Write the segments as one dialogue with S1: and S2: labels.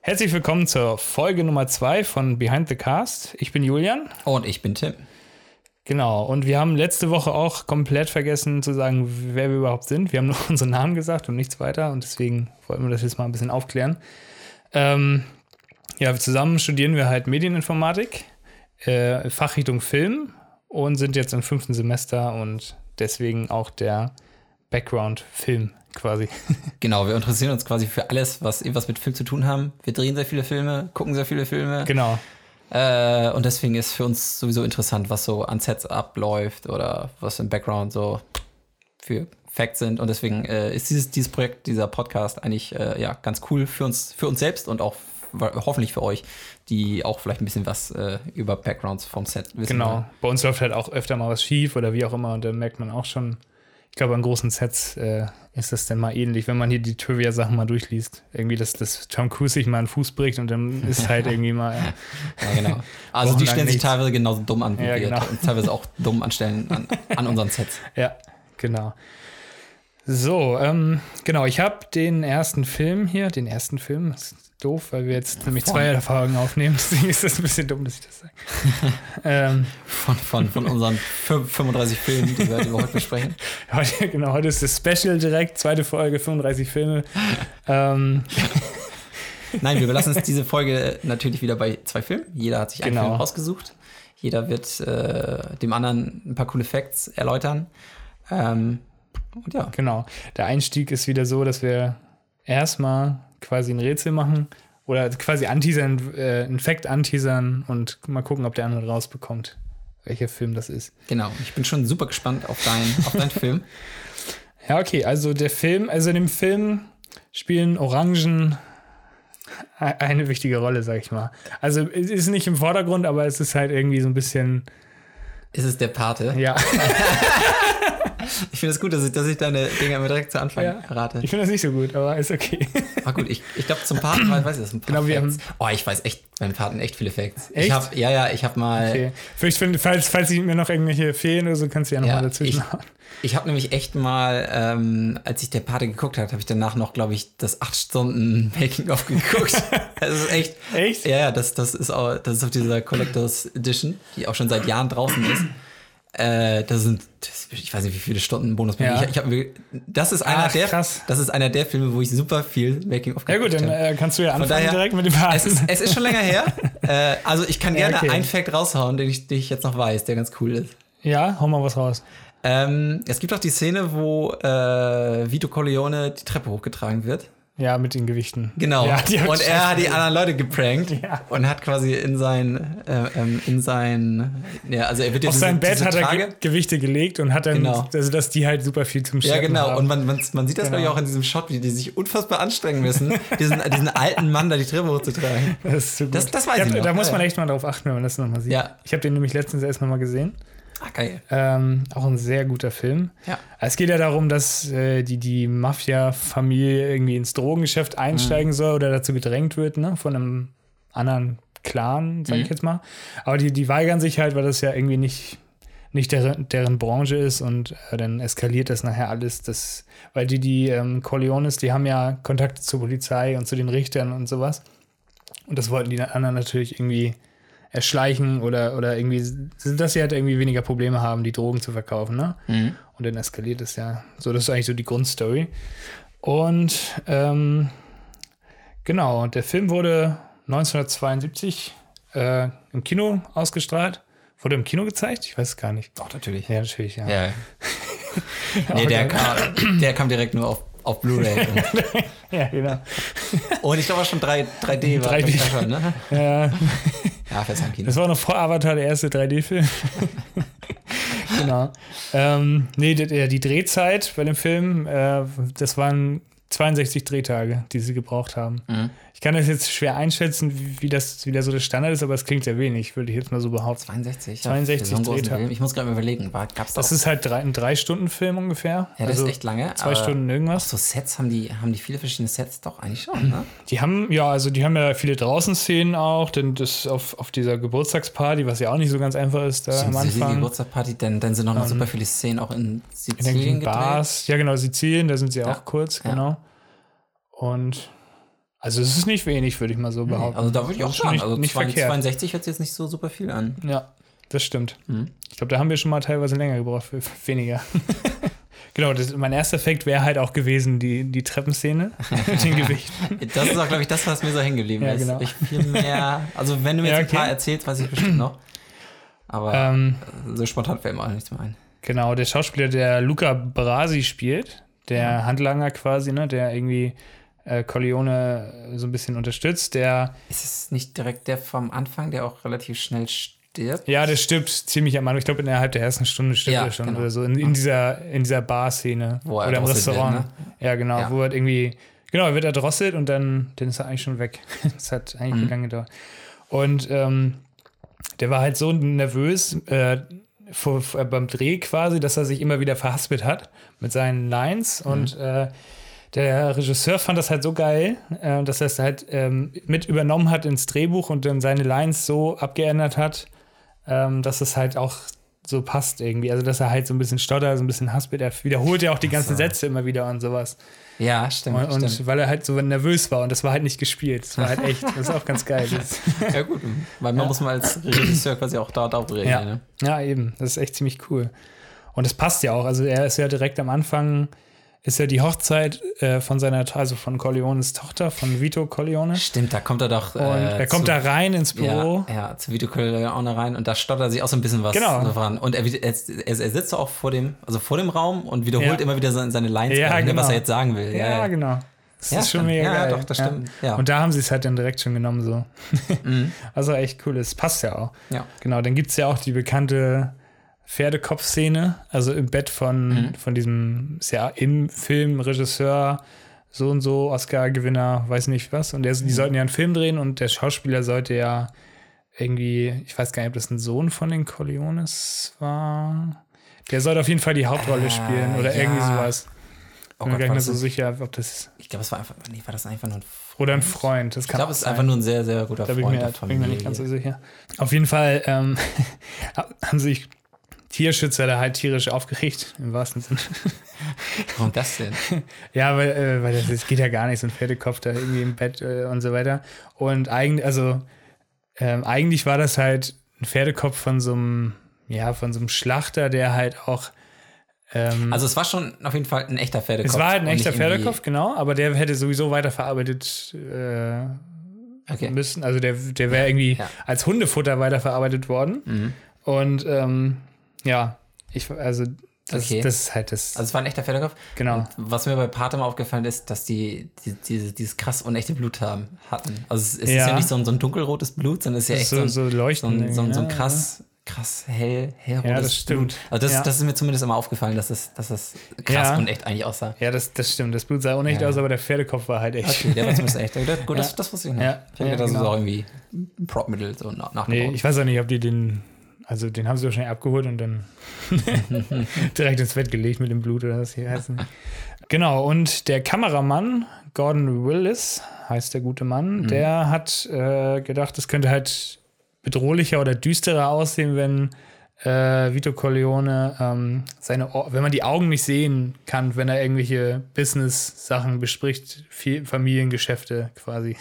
S1: Herzlich willkommen zur Folge Nummer 2 von Behind the Cast. Ich bin Julian.
S2: Oh, Und ich bin Tim.
S1: Genau, und wir haben letzte Woche auch komplett vergessen zu sagen, wer wir überhaupt sind. Wir haben nur unseren Namen gesagt und nichts weiter und deswegen wollten wir das jetzt mal ein bisschen aufklären. Ähm, ja, zusammen studieren wir halt Medieninformatik, äh, Fachrichtung Film und sind jetzt im fünften Semester und deswegen auch der Background Film quasi.
S2: Genau, wir interessieren uns quasi für alles, was irgendwas mit Film zu tun haben. Wir drehen sehr viele Filme, gucken sehr viele Filme.
S1: genau.
S2: Äh, und deswegen ist für uns sowieso interessant, was so an Sets abläuft oder was im Background so für Facts sind. Und deswegen äh, ist dieses, dieses Projekt, dieser Podcast eigentlich äh, ja, ganz cool für uns, für uns selbst und auch wa- hoffentlich für euch, die auch vielleicht ein bisschen was äh, über Backgrounds vom Set wissen.
S1: Genau.
S2: wollen.
S1: Bei uns läuft halt auch öfter mal was schief oder wie auch immer und dann merkt man auch schon, ich glaube, an großen Sets äh, ist das dann mal ähnlich, wenn man hier die Trivia-Sachen mal durchliest. Irgendwie, dass, dass Tom Cruise sich mal einen Fuß bricht und dann ist halt irgendwie mal.
S2: Ja, genau. Also die
S1: Wochenlang
S2: stellen sich
S1: nichts.
S2: teilweise genauso dumm an wie
S1: Ja,
S2: wir
S1: genau.
S2: und teilweise auch dumm anstellen an, an unseren Sets.
S1: Ja, genau. So, ähm, genau, ich habe den ersten Film hier, den ersten Film, ist doof, weil wir jetzt nämlich
S2: Von-
S1: zwei Erfahrungen aufnehmen, deswegen ist das ein bisschen dumm, dass ich das sage. ähm,
S2: Von, von, von unseren fün- 35 Filmen, die wir, die wir heute besprechen.
S1: Heute, genau, heute ist das Special direkt, zweite Folge, 35 Filme. ähm,
S2: Nein, wir belassen uns diese Folge natürlich wieder bei zwei Filmen. Jeder hat sich einen
S1: Genau.
S2: Film rausgesucht. Jeder wird äh, dem anderen ein paar coole Facts erläutern. Ähm, und ja,
S1: genau. Der Einstieg ist wieder so, dass wir erstmal quasi ein Rätsel machen oder quasi anteasern, äh, einen Fact anteasern und mal gucken, ob der andere rausbekommt, welcher Film das ist.
S2: genau. Ich bin schon super gespannt auf deinen auf deinen Film.
S1: Ja, okay, also der Film, also in dem Film spielen Orangen e- eine wichtige Rolle, sag ich mal. Also es ist nicht im Vordergrund, aber es ist halt irgendwie so ein bisschen,
S2: Ist es der Pate?
S1: ja.
S2: Ich finde es gut, dass ich, dass ich deine Dinger immer direkt zu Anfang
S1: Ja.
S2: rate.
S1: Ich finde das nicht so gut, aber ist okay.
S2: Ah gut, ich, ich glaube zum Paten weiß ich das ein paar
S1: Genau, wir haben-
S2: Facts. Oh, ich weiß echt beim Paten echt viele Facts.
S1: Echt?
S2: Ich hab, ja, ja, ich habe mal
S1: Okay. Vielleicht, wenn- falls, falls mir noch irgendwelche fehlen oder so, kannst du ja nochmal
S2: Ja,
S1: mal dazwischen
S2: ich-
S1: hauen.
S2: Ich habe nämlich echt mal, ähm, als ich der Pate geguckt habe, habe ich danach noch, glaube ich, das 8 Stunden Making-of geguckt. das ist echt.
S1: Echt?
S2: Ja, ja, das, das, ist auch, das ist auf dieser Collectors Edition, die auch schon seit Jahren draußen ist. Äh, das sind, das, ich weiß nicht, wie viele Stunden Bonus.
S1: Ja.
S2: Ich, ich hab, mir- das ist einer
S1: Ach,
S2: der,
S1: krass.
S2: das ist einer der Filme, wo ich super viel Making of.
S1: Ja gut, dann äh, kannst du ja anfangen
S2: daher-
S1: direkt mit dem
S2: es ist,
S1: Hasen.
S2: es ist schon länger her. äh, also ich kann
S1: Ja,
S2: gerne
S1: okay.
S2: einen Fact raushauen, den ich, den ich jetzt noch weiß, der ganz cool ist.
S1: Ja, hau mal was raus.
S2: Ähm, es gibt auch die Szene, wo äh, Vito Corleone die Treppe hochgetragen wird.
S1: Ja, mit den Gewichten.
S2: Genau.
S1: Ja, die hab
S2: und
S1: ich
S2: er
S1: schon-
S2: hat die anderen Leute geprankt
S1: Ja.
S2: und hat quasi in sein, äh, ähm, in sein, ja, also er wird
S1: auf
S2: diese-
S1: sein Bett
S2: diese
S1: hat er
S2: Trage-
S1: Ge Gewichte gelegt und hat dann,
S2: Genau.
S1: also dass die halt super viel zum Schleppen
S2: ja, genau.
S1: haben.
S2: Und man, man, man sieht das, glaube ich,
S1: Genau.
S2: auch in diesem Shot, wie die sich unfassbar anstrengen müssen, diesen, diesen alten Mann da die Treppe hochzutragen.
S1: das ist so gut.
S2: Das- das weiß
S1: ja,
S2: ich
S1: da
S2: noch.
S1: muss
S2: Ja,
S1: man
S2: ja.
S1: echt mal drauf achten, wenn man das nochmal sieht.
S2: Ja.
S1: Ich habe den nämlich letztens erst nochmal gesehen.
S2: Ah, geil.
S1: Ähm, auch ein sehr guter Film.
S2: Ja.
S1: Es geht ja darum, dass äh, die, die Mafia-Familie irgendwie ins Drogengeschäft einsteigen soll oder dazu gedrängt wird, ne? Von einem anderen Clan, sag ich jetzt mal. Aber die, die weigern sich halt, weil das ja irgendwie nicht, nicht deren, deren Branche ist und äh, dann eskaliert das nachher alles. Das, weil die, die ähm, Corleones, die haben ja Kontakte zur Polizei und zu den Richtern und sowas. Und das wollten die anderen natürlich irgendwie erschleichen oder, oder irgendwie, dass sie halt irgendwie weniger Probleme haben, die Drogen zu verkaufen, ne? Und dann eskaliert es ja. So, das ist eigentlich so die Grundstory. Und ähm, genau, und der Film wurde 1972 äh, im Kino ausgestrahlt. Wurde im Kino gezeigt? Ich weiß es gar nicht.
S2: Doch, natürlich.
S1: Ja, natürlich, ja.
S2: Ja. nee, der kam, der kam direkt nur auf, auf Blu-ray. Und-
S1: Ja, genau.
S2: Und ich glaube auch schon 3, 3D war
S1: 3D.
S2: das schon, ne?
S1: Ja,
S2: Ja, vielleicht am Kino.
S1: das war noch vor Avatar der erste 3D-Film. genau. Ähm, nee, die, die die Drehzeit bei dem Film, äh, das waren 62 Drehtage, die sie gebraucht haben.
S2: Mhm.
S1: Ich kann das jetzt schwer einschätzen, wie, wie das wieder so der Standard ist, aber es klingt sehr wenig, würde ich jetzt mal so behaupten.
S2: 62.
S1: 62
S2: für so einen großen
S1: Drehtag.
S2: Film. Ich muss gerade überlegen, war, gab's da
S1: Das
S2: auch-
S1: ist halt drei, ein Drei-Stunden-Film ungefähr. Also
S2: Ja, das ist echt lange.
S1: Zwei
S2: aber
S1: Stunden irgendwas.
S2: So Sets haben die, haben die viele verschiedene Sets doch eigentlich schon, ne?
S1: Die haben, ja, also die haben ja viele Draußen-Szenen auch, denn das auf, auf dieser Geburtstagsparty, was ja auch nicht so ganz einfach ist, da am
S2: Stimmt, die
S1: Anfang.
S2: Geburtstagsparty, dann, dann sind auch noch super viele Szenen auch in
S1: In irgendwelchen
S2: Sizilien gedreht.
S1: Bars. Ja, genau, Sizilien, da sind sie
S2: Ja.
S1: auch kurz,
S2: Ja.
S1: genau. Und Also es ist nicht wenig, würde ich mal so behaupten.
S2: Also da würde ich
S1: Das
S2: auch
S1: ist
S2: sagen,
S1: nicht-
S2: also
S1: nicht
S2: 20,
S1: verkehrt.
S2: 62 hört sich jetzt nicht so super viel an.
S1: Ja, das stimmt. Ich glaube, da haben wir schon mal teilweise länger gebraucht, für für weniger. genau, das, mein erster Effekt wäre halt auch gewesen, die, die Treppenszene mit den Gewichten.
S2: Das ist auch, glaube ich, das, was mir so hängen geblieben
S1: Ja,
S2: ist.
S1: genau.
S2: Ich viel mehr, also wenn du mir
S1: Ja,
S2: jetzt
S1: okay.
S2: ein paar erzählst, weiß ich bestimmt noch. Aber
S1: Ähm,
S2: so spontan fällt mir auch nichts mehr ein.
S1: Genau, der Schauspieler, der Luca Brasi spielt, der Handlanger quasi, ne, der irgendwie äh, Corleone so ein bisschen unterstützt, der,
S2: Ist es nicht direkt der vom Anfang, der auch relativ schnell stirbt?
S1: ja, der stirbt ziemlich am Anfang, ich glaube innerhalb der ersten Stunde stirbt
S2: Ja,
S1: er schon
S2: genau.
S1: oder so, in, in dieser, in dieser Bar-Szene
S2: Wo er
S1: oder im
S2: erdrosselt
S1: Restaurant.
S2: wird, ne?
S1: Ja, genau,
S2: Ja.
S1: wo er irgendwie, genau, er wird erdrosselt und dann, dann ist er eigentlich schon weg. das hat eigentlich
S2: Mhm.
S1: nicht lange gedauert. Und ähm, der war halt so nervös äh, vor, vor, beim Dreh quasi, dass er sich immer wieder verhaspelt hat mit seinen Lines.
S2: Mhm.
S1: Und äh, der Regisseur fand das halt so geil, äh, dass er es halt ähm, mit übernommen hat ins Drehbuch und dann seine Lines so abgeändert hat, ähm, dass es halt auch so passt irgendwie. Also, dass er halt so ein bisschen stottert, so ein bisschen haspelt. Er wiederholt ja auch die ganzen Sätze immer wieder und sowas.
S2: Ja, stimmt.
S1: Und, und
S2: stimmt.
S1: weil er halt so nervös war und das war halt nicht gespielt. Das war halt echt. Das ist auch ganz geil. Das,
S2: Ja, gut. Weil man muss mal als Regisseur quasi auch dort aufregen.
S1: Ja.
S2: Ne?
S1: ja, eben. Das ist echt ziemlich cool. Und das passt ja auch. Also er ist ja direkt am Anfang, ist ja die Hochzeit äh, von seiner, also von Corleones Tochter, von Vito Corleone.
S2: Stimmt, da kommt er doch. äh,
S1: Und er kommt da rein ins Büro.
S2: Ja, ja, zu Videokollegin auch noch rein und da stottert sich auch so ein bisschen was
S1: Genau.
S2: so voran. Und er, er, er sitzt auch vor dem, also vor dem Raum und
S1: Ja.
S2: wiederholt immer wieder seine, seine Lines,
S1: Ja,
S2: ne,
S1: genau.
S2: was er jetzt sagen will.
S1: Ja,
S2: Ja, ja.
S1: genau. Das
S2: Ja,
S1: ist schon
S2: stimmt.
S1: mega
S2: Ja,
S1: geil.
S2: doch, das stimmt. Ja. Mhm.
S1: Und da haben sie es halt dann direkt schon genommen so. Also echt cool. Das passt ja auch.
S2: Ja. Oh
S1: Genau, dann gibt es ja auch die bekannte Pferdekopf-Szene, also im Bett
S2: Mhm.
S1: von, von diesem, ist ja im Film Regisseur, so und so, Oscar-Gewinner, weiß nicht was. Und der,
S2: Mhm.
S1: die sollten ja einen Film drehen und der Schauspieler sollte ja irgendwie, ich weiß gar nicht, ob das ein Sohn von den Corleones war. Der sollte auf jeden Fall die Hauptrolle
S2: Äh,
S1: bin oder
S2: ja.
S1: irgendwie sowas.
S2: Oh
S1: Bin mir gar
S2: Gott,
S1: nicht
S2: war
S1: mehr
S2: das
S1: so
S2: ein-
S1: sicher, ob das.
S2: ich glaube, es war einfach, nee, war das einfach nur ein Freund?
S1: Oder ein Freund. Das
S2: Ich
S1: kann auch
S2: glaube, es ist
S1: sein.
S2: einfach nur ein sehr, sehr guter
S1: Da bin ich
S2: Freund
S1: mir, halt-
S2: der
S1: bin ich mir nicht ganz so
S2: Familie.
S1: sicher. Auf jeden Fall ähm, haben sich Tierschützer da halt tierisch aufgeregt, im wahrsten Sinne.
S2: Warum das denn?
S1: Ja, weil, äh, weil das, das geht ja gar nicht, so ein Pferdekopf da irgendwie im Bett äh, und so weiter. Und eigentlich, also ähm, eigentlich war das halt ein Pferdekopf von so einem, ja, von so einem Schlachter, der halt auch ähm,
S2: Also es war schon auf jeden Fall ein echter Pferdekopf.
S1: Es war halt
S2: und
S1: ein
S2: nicht
S1: echter
S2: irgendwie-
S1: Pferdekopf, genau, aber der hätte sowieso weiterverarbeitet äh,
S2: Okay.
S1: müssen. Also der, der wäre irgendwie
S2: Ja. Mhm.
S1: als Hundefutter weiterverarbeitet worden. Und ähm, ja, ich, also das,
S2: Okay.
S1: das ist halt das.
S2: Also es war ein echter Pferdekopf.
S1: genau.
S2: Und was mir bei Patem aufgefallen ist, dass die, die, diese- dieses krass unechte Blut haben, hatten. Also es, es ist
S1: Ja.
S2: ja nicht so ein, so ein dunkelrotes Blut, sondern es ist ja echt
S1: so,
S2: ein-
S1: so
S2: so
S1: leuchten.
S2: ein, so ein, so ein
S1: irgendwie, ne?
S2: krass, krass hell, hellrotes
S1: Ja, das stimmt.
S2: Blut. Also das,
S1: Ja.
S2: das ist mir zumindest immer aufgefallen, dass das, dass das krass
S1: Ja.
S2: und echt eigentlich aussah.
S1: Ja, Ja, das, das stimmt. Das Blut sah unecht
S2: Ja.
S1: aus, aber der Pferdekopf war halt echt.
S2: Okay, der war zumindest echt. Ich dachte, Gut,
S1: Ja.
S2: das, das wusste ich nicht.
S1: Ja.
S2: Ich habe
S1: Ja,
S2: gedacht, das ist
S1: genau.
S2: auch irgendwie ein Prop-Mittel so nach, nachgebaut.
S1: Nee, ich weiß auch nicht, ob die den. Also den haben sie wahrscheinlich abgeholt und dann direkt ins Bett gelegt mit dem Blut oder was hier heißt. Genau, und der Kameramann, Gordon Willis, heißt der gute Mann, der hat äh, gedacht, es könnte halt bedrohlicher oder düsterer aussehen, wenn äh, Vito Corleone ähm, seine, Au- wenn man die Augen nicht sehen kann, wenn er irgendwelche Business-Sachen bespricht, Fi- Familiengeschäfte quasi.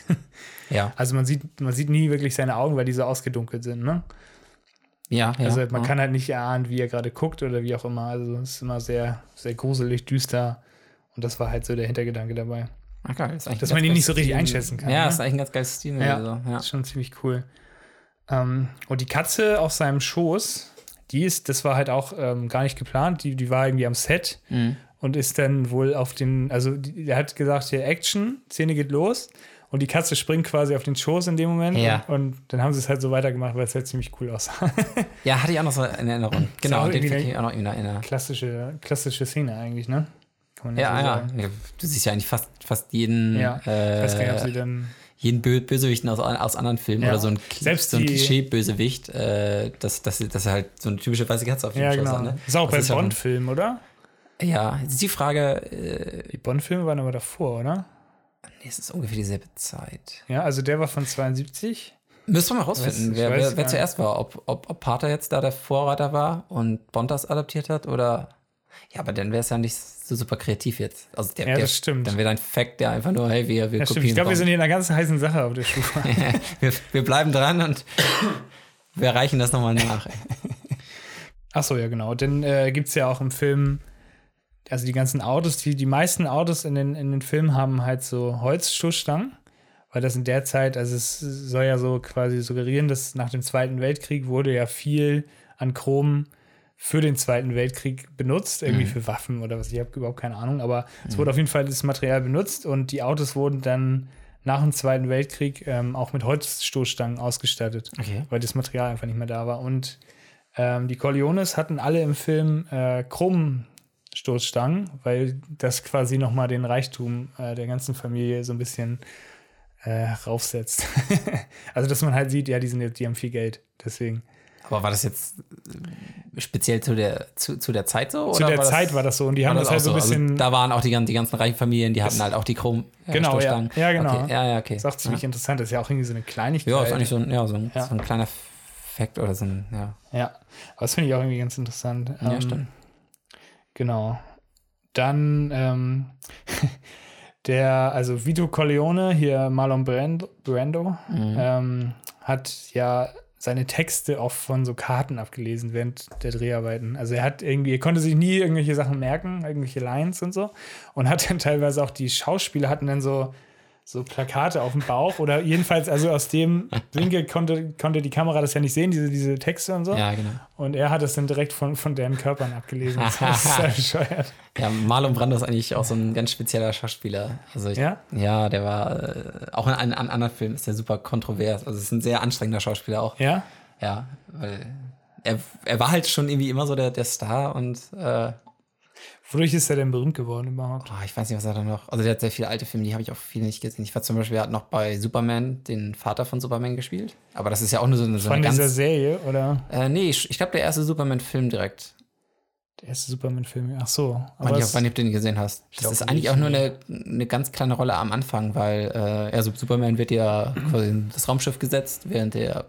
S2: ja,
S1: Also man sieht, man sieht nie wirklich seine Augen, weil die so ausgedunkelt sind, ne?
S2: ja, ja.
S1: Also man
S2: ja.
S1: kann halt nicht erahnen, wie er gerade guckt oder wie auch immer. Also es ist immer sehr, sehr gruselig, düster. Und das war halt so der Hintergedanke dabei.
S2: Ah, geil, ist eigentlich
S1: dass
S2: ein
S1: man
S2: ganz
S1: ihn nicht so
S2: geiles
S1: richtig
S2: Stil.
S1: einschätzen kann,
S2: Ja,
S1: ne?
S2: ist eigentlich ein ganz geiles Stil.
S1: Ja.
S2: Also, ja.
S1: Das ist schon ziemlich cool. Ähm, und die Katze auf seinem Schoß, die ist, das war halt auch ähm, gar nicht geplant, die, die war irgendwie am Set
S2: Mhm.
S1: und ist dann wohl auf den, also die, der hat gesagt, hier Action, Szene geht los. Und die Katze springt quasi auf den Schoß in dem Moment.
S2: Ja.
S1: Und, und dann haben sie es halt so weitergemacht, weil es halt ziemlich cool aussah.
S2: ja, hatte ich auch noch so in Erinnerung.
S1: auch
S2: Genau, den
S1: irgendwie
S2: finde ich auch noch in Erinnerung.
S1: klassische, klassische Szene eigentlich, ne? Kann man
S2: Ja,
S1: so
S2: ja,
S1: sagen.
S2: ja. Du siehst ja eigentlich fast, fast jeden,
S1: Ja. Ich weiß gar nicht, ob
S2: äh,
S1: sie dann.
S2: jeden Bö Bösewichten aus, aus anderen Filmen
S1: Ja.
S2: oder so ein, Kli-
S1: Selbst
S2: so ein
S1: die-
S2: Klischee-Bösewicht, äh, dass das, das ist halt so eine typische weiße Katze auf dem
S1: Ja,
S2: Schoß
S1: genau.
S2: hat, ne?
S1: Ist auch bei
S2: Das ja auch
S1: Bond-Filmen, oder?
S2: ein- Ja, jetzt ist die Frage, äh,
S1: Die Bond-Filme waren aber davor, oder?
S2: nee, es ist ungefähr dieselbe Zeit.
S1: Ja, also der war von 72.
S2: Müssen wir mal
S1: Weiß-
S2: rausfinden,
S1: ich
S2: wer,
S1: weiß
S2: wer,
S1: gar
S2: wer
S1: nicht.
S2: zuerst war. Ob, ob, ob Pater jetzt da der Vorreiter war und Bond das adaptiert hat oder. Ja, aber dann wäre es ja nicht so super kreativ jetzt. Also der,
S1: Ja,
S2: der,
S1: das stimmt.
S2: Dann wäre dein Fact ja einfach nur, hey, wir, wir
S1: Ja, stimmt.
S2: kopieren.
S1: Ich glaube, wir
S2: Bomben.
S1: sind hier in einer ganz heißen Sache auf der Stufe.
S2: wir, wir bleiben dran und wir erreichen das nochmal nach. ey.
S1: Achso, ja, genau. Denn äh, gibt es ja auch im Film, also die ganzen Autos, die, die meisten Autos in den, in den Filmen haben halt so Holzschussstangen, weil das in der Zeit, also es soll ja so quasi suggerieren, dass nach dem Zweiten Weltkrieg wurde ja viel an Chrom für den Zweiten Weltkrieg benutzt, irgendwie für Waffen oder was, ich habe überhaupt keine Ahnung, aber es wurde auf jeden Fall das Material benutzt und die Autos wurden dann nach dem Zweiten Weltkrieg ähm, auch mit Holzstoßstangen ausgestattet,
S2: Okay.
S1: weil das Material einfach nicht mehr da war und ähm, die Corleones hatten alle im Film äh, Krummstoßstangen, weil das quasi nochmal den Reichtum äh, der ganzen Familie so ein bisschen äh, raufsetzt. also, dass man halt sieht, ja, die, sind, jetzt- die haben viel Geld. Deswegen.
S2: Aber war das jetzt äh, speziell zu der, zu, zu der Zeit so?
S1: Zu der Zeit war das so und die
S2: war
S1: haben das, halt so ein
S2: auch
S1: bisschen.
S2: Also, da waren auch die, gan- die ganzen reichen Familien, die hatten halt auch die Chrom. äh,
S1: Genau, ja.
S2: Stoßstangen.
S1: Ja, genau.
S2: Okay. Ja, ja, okay.
S1: das ist auch ziemlich interessant. Das ist ja auch irgendwie so eine Kleinigkeit.
S2: Ja, ist eigentlich so ein, ja, so ein,
S1: halt. Ja.
S2: So ein kleiner Fact oder so ein, ja.
S1: Ja, aber das finde ich auch irgendwie ganz interessant.
S2: Ja,
S1: Ähm,
S2: stimmt.
S1: Genau. Dann ähm, der, also Vito Corleone, hier Marlon Brando, Brando
S2: Mhm.
S1: ähm, hat ja seine Texte auch von so Karten abgelesen während der Dreharbeiten. Also er hat irgendwie, er konnte sich nie irgendwelche Sachen merken, irgendwelche Lines und so. Und hat dann teilweise auch die Schauspieler hatten dann so, so Plakate auf dem Bauch oder jedenfalls, also aus dem Winkel konnte, konnte die Kamera das ja nicht sehen, diese, diese Texte und so.
S2: Ja, genau.
S1: Und er hat es dann direkt von, von deren Körpern abgelesen. Das ist sehr bescheuert.
S2: Ja, Marlon Brando ist eigentlich auch so ein ganz spezieller Schauspieler. Also ich,
S1: Ja?
S2: ja, der war äh, auch in einem, einem anderen Film ist der super kontrovers. Also es ist ein sehr anstrengender Schauspieler auch.
S1: Ja?
S2: Ja, weil er, er war halt schon irgendwie immer so der, der Star und äh,
S1: Wodurch ist er denn berühmt geworden überhaupt?
S2: oh, ich weiß nicht, was er da noch. Also der hat sehr viele alte Filme, die habe ich auch viele nicht gesehen. Ich war zum Beispiel, er hat noch bei Superman den Vater von Superman gespielt. Aber das ist ja auch nur so eine, so
S1: Von
S2: eine
S1: dieser
S2: ganz.
S1: Serie oder
S2: Äh, nee, ich, ich glaube, der erste Superman-Film direkt.
S1: der erste Superman-Film? Ach so.
S2: Wann,
S1: Aber
S2: ich,
S1: es-
S2: wann ich den gesehen hast. Das
S1: glaub
S2: ist eigentlich
S1: nicht,
S2: auch nur eine, eine ganz kleine Rolle am Anfang, weil äh, also Superman wird ja quasi in das Raumschiff gesetzt, während der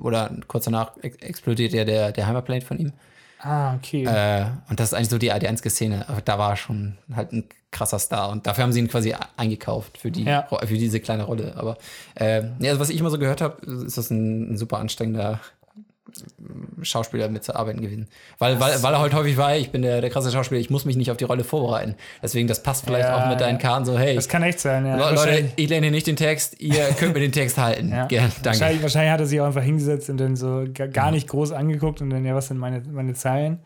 S2: oder kurz danach ex- explodiert ja der, der Heimatplanet von ihm.
S1: ah, okay.
S2: Äh, und das ist eigentlich so die, die einzige Szene. Aber da war er schon halt ein krasser Star. Und dafür haben sie ihn quasi a- eingekauft für, die,
S1: Ja.
S2: Ro- für diese kleine Rolle. Aber äh, ja, also was ich immer so gehört habe, ist das ein, ein super anstrengender Schauspieler mitzuarbeiten gewesen. Weil, weil, weil er halt häufig war, hey, ich bin der, der krasse Schauspieler, ich muss mich nicht auf die Rolle vorbereiten. Deswegen, das passt vielleicht
S1: Ja,
S2: auch mit deinen
S1: ja.
S2: Karten so, hey,
S1: das kann echt sein, ja.
S2: Le Leute,
S1: Wahrscheinlich-
S2: ich lerne hier nicht den Text, ihr könnt mir den Text halten.
S1: ja.
S2: Gerne, danke.
S1: Wahrscheinlich, wahrscheinlich hat er sich auch einfach hingesetzt und dann so ga- gar nicht groß angeguckt und dann, ja, was sind meine, meine Zeilen?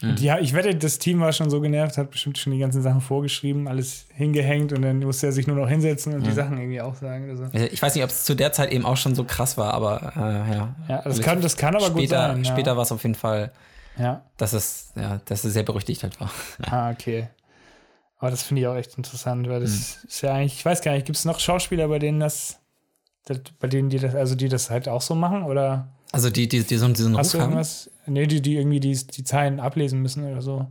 S2: Hm.
S1: Und die, ha- ich wette, das Team war schon so genervt, hat bestimmt schon die ganzen Sachen vorgeschrieben, alles hingehängt und dann musste er sich nur noch hinsetzen
S2: Hm.
S1: und die Sachen irgendwie auch sagen oder so.
S2: Ich weiß nicht, ob es zu der Zeit eben auch schon so krass war, aber äh, ja.
S1: Ja, das kann, das kann aber gut
S2: später,
S1: sein. Ja.
S2: später war es auf jeden Fall,
S1: Ja.
S2: dass es, ja, dass es sehr berüchtigt halt war.
S1: Ah, okay. Aber das finde ich auch echt interessant, weil das
S2: Mhm.
S1: ist ja eigentlich, ich weiß gar nicht, gibt es noch Schauspieler, bei denen das, das, bei denen die das, also die das halt auch so machen? Oder
S2: Also die, die, die so, die so einen
S1: hast
S2: Ruf
S1: du
S2: haben.
S1: irgendwas? Nee, die, die irgendwie die, die Zeilen ablesen müssen oder so.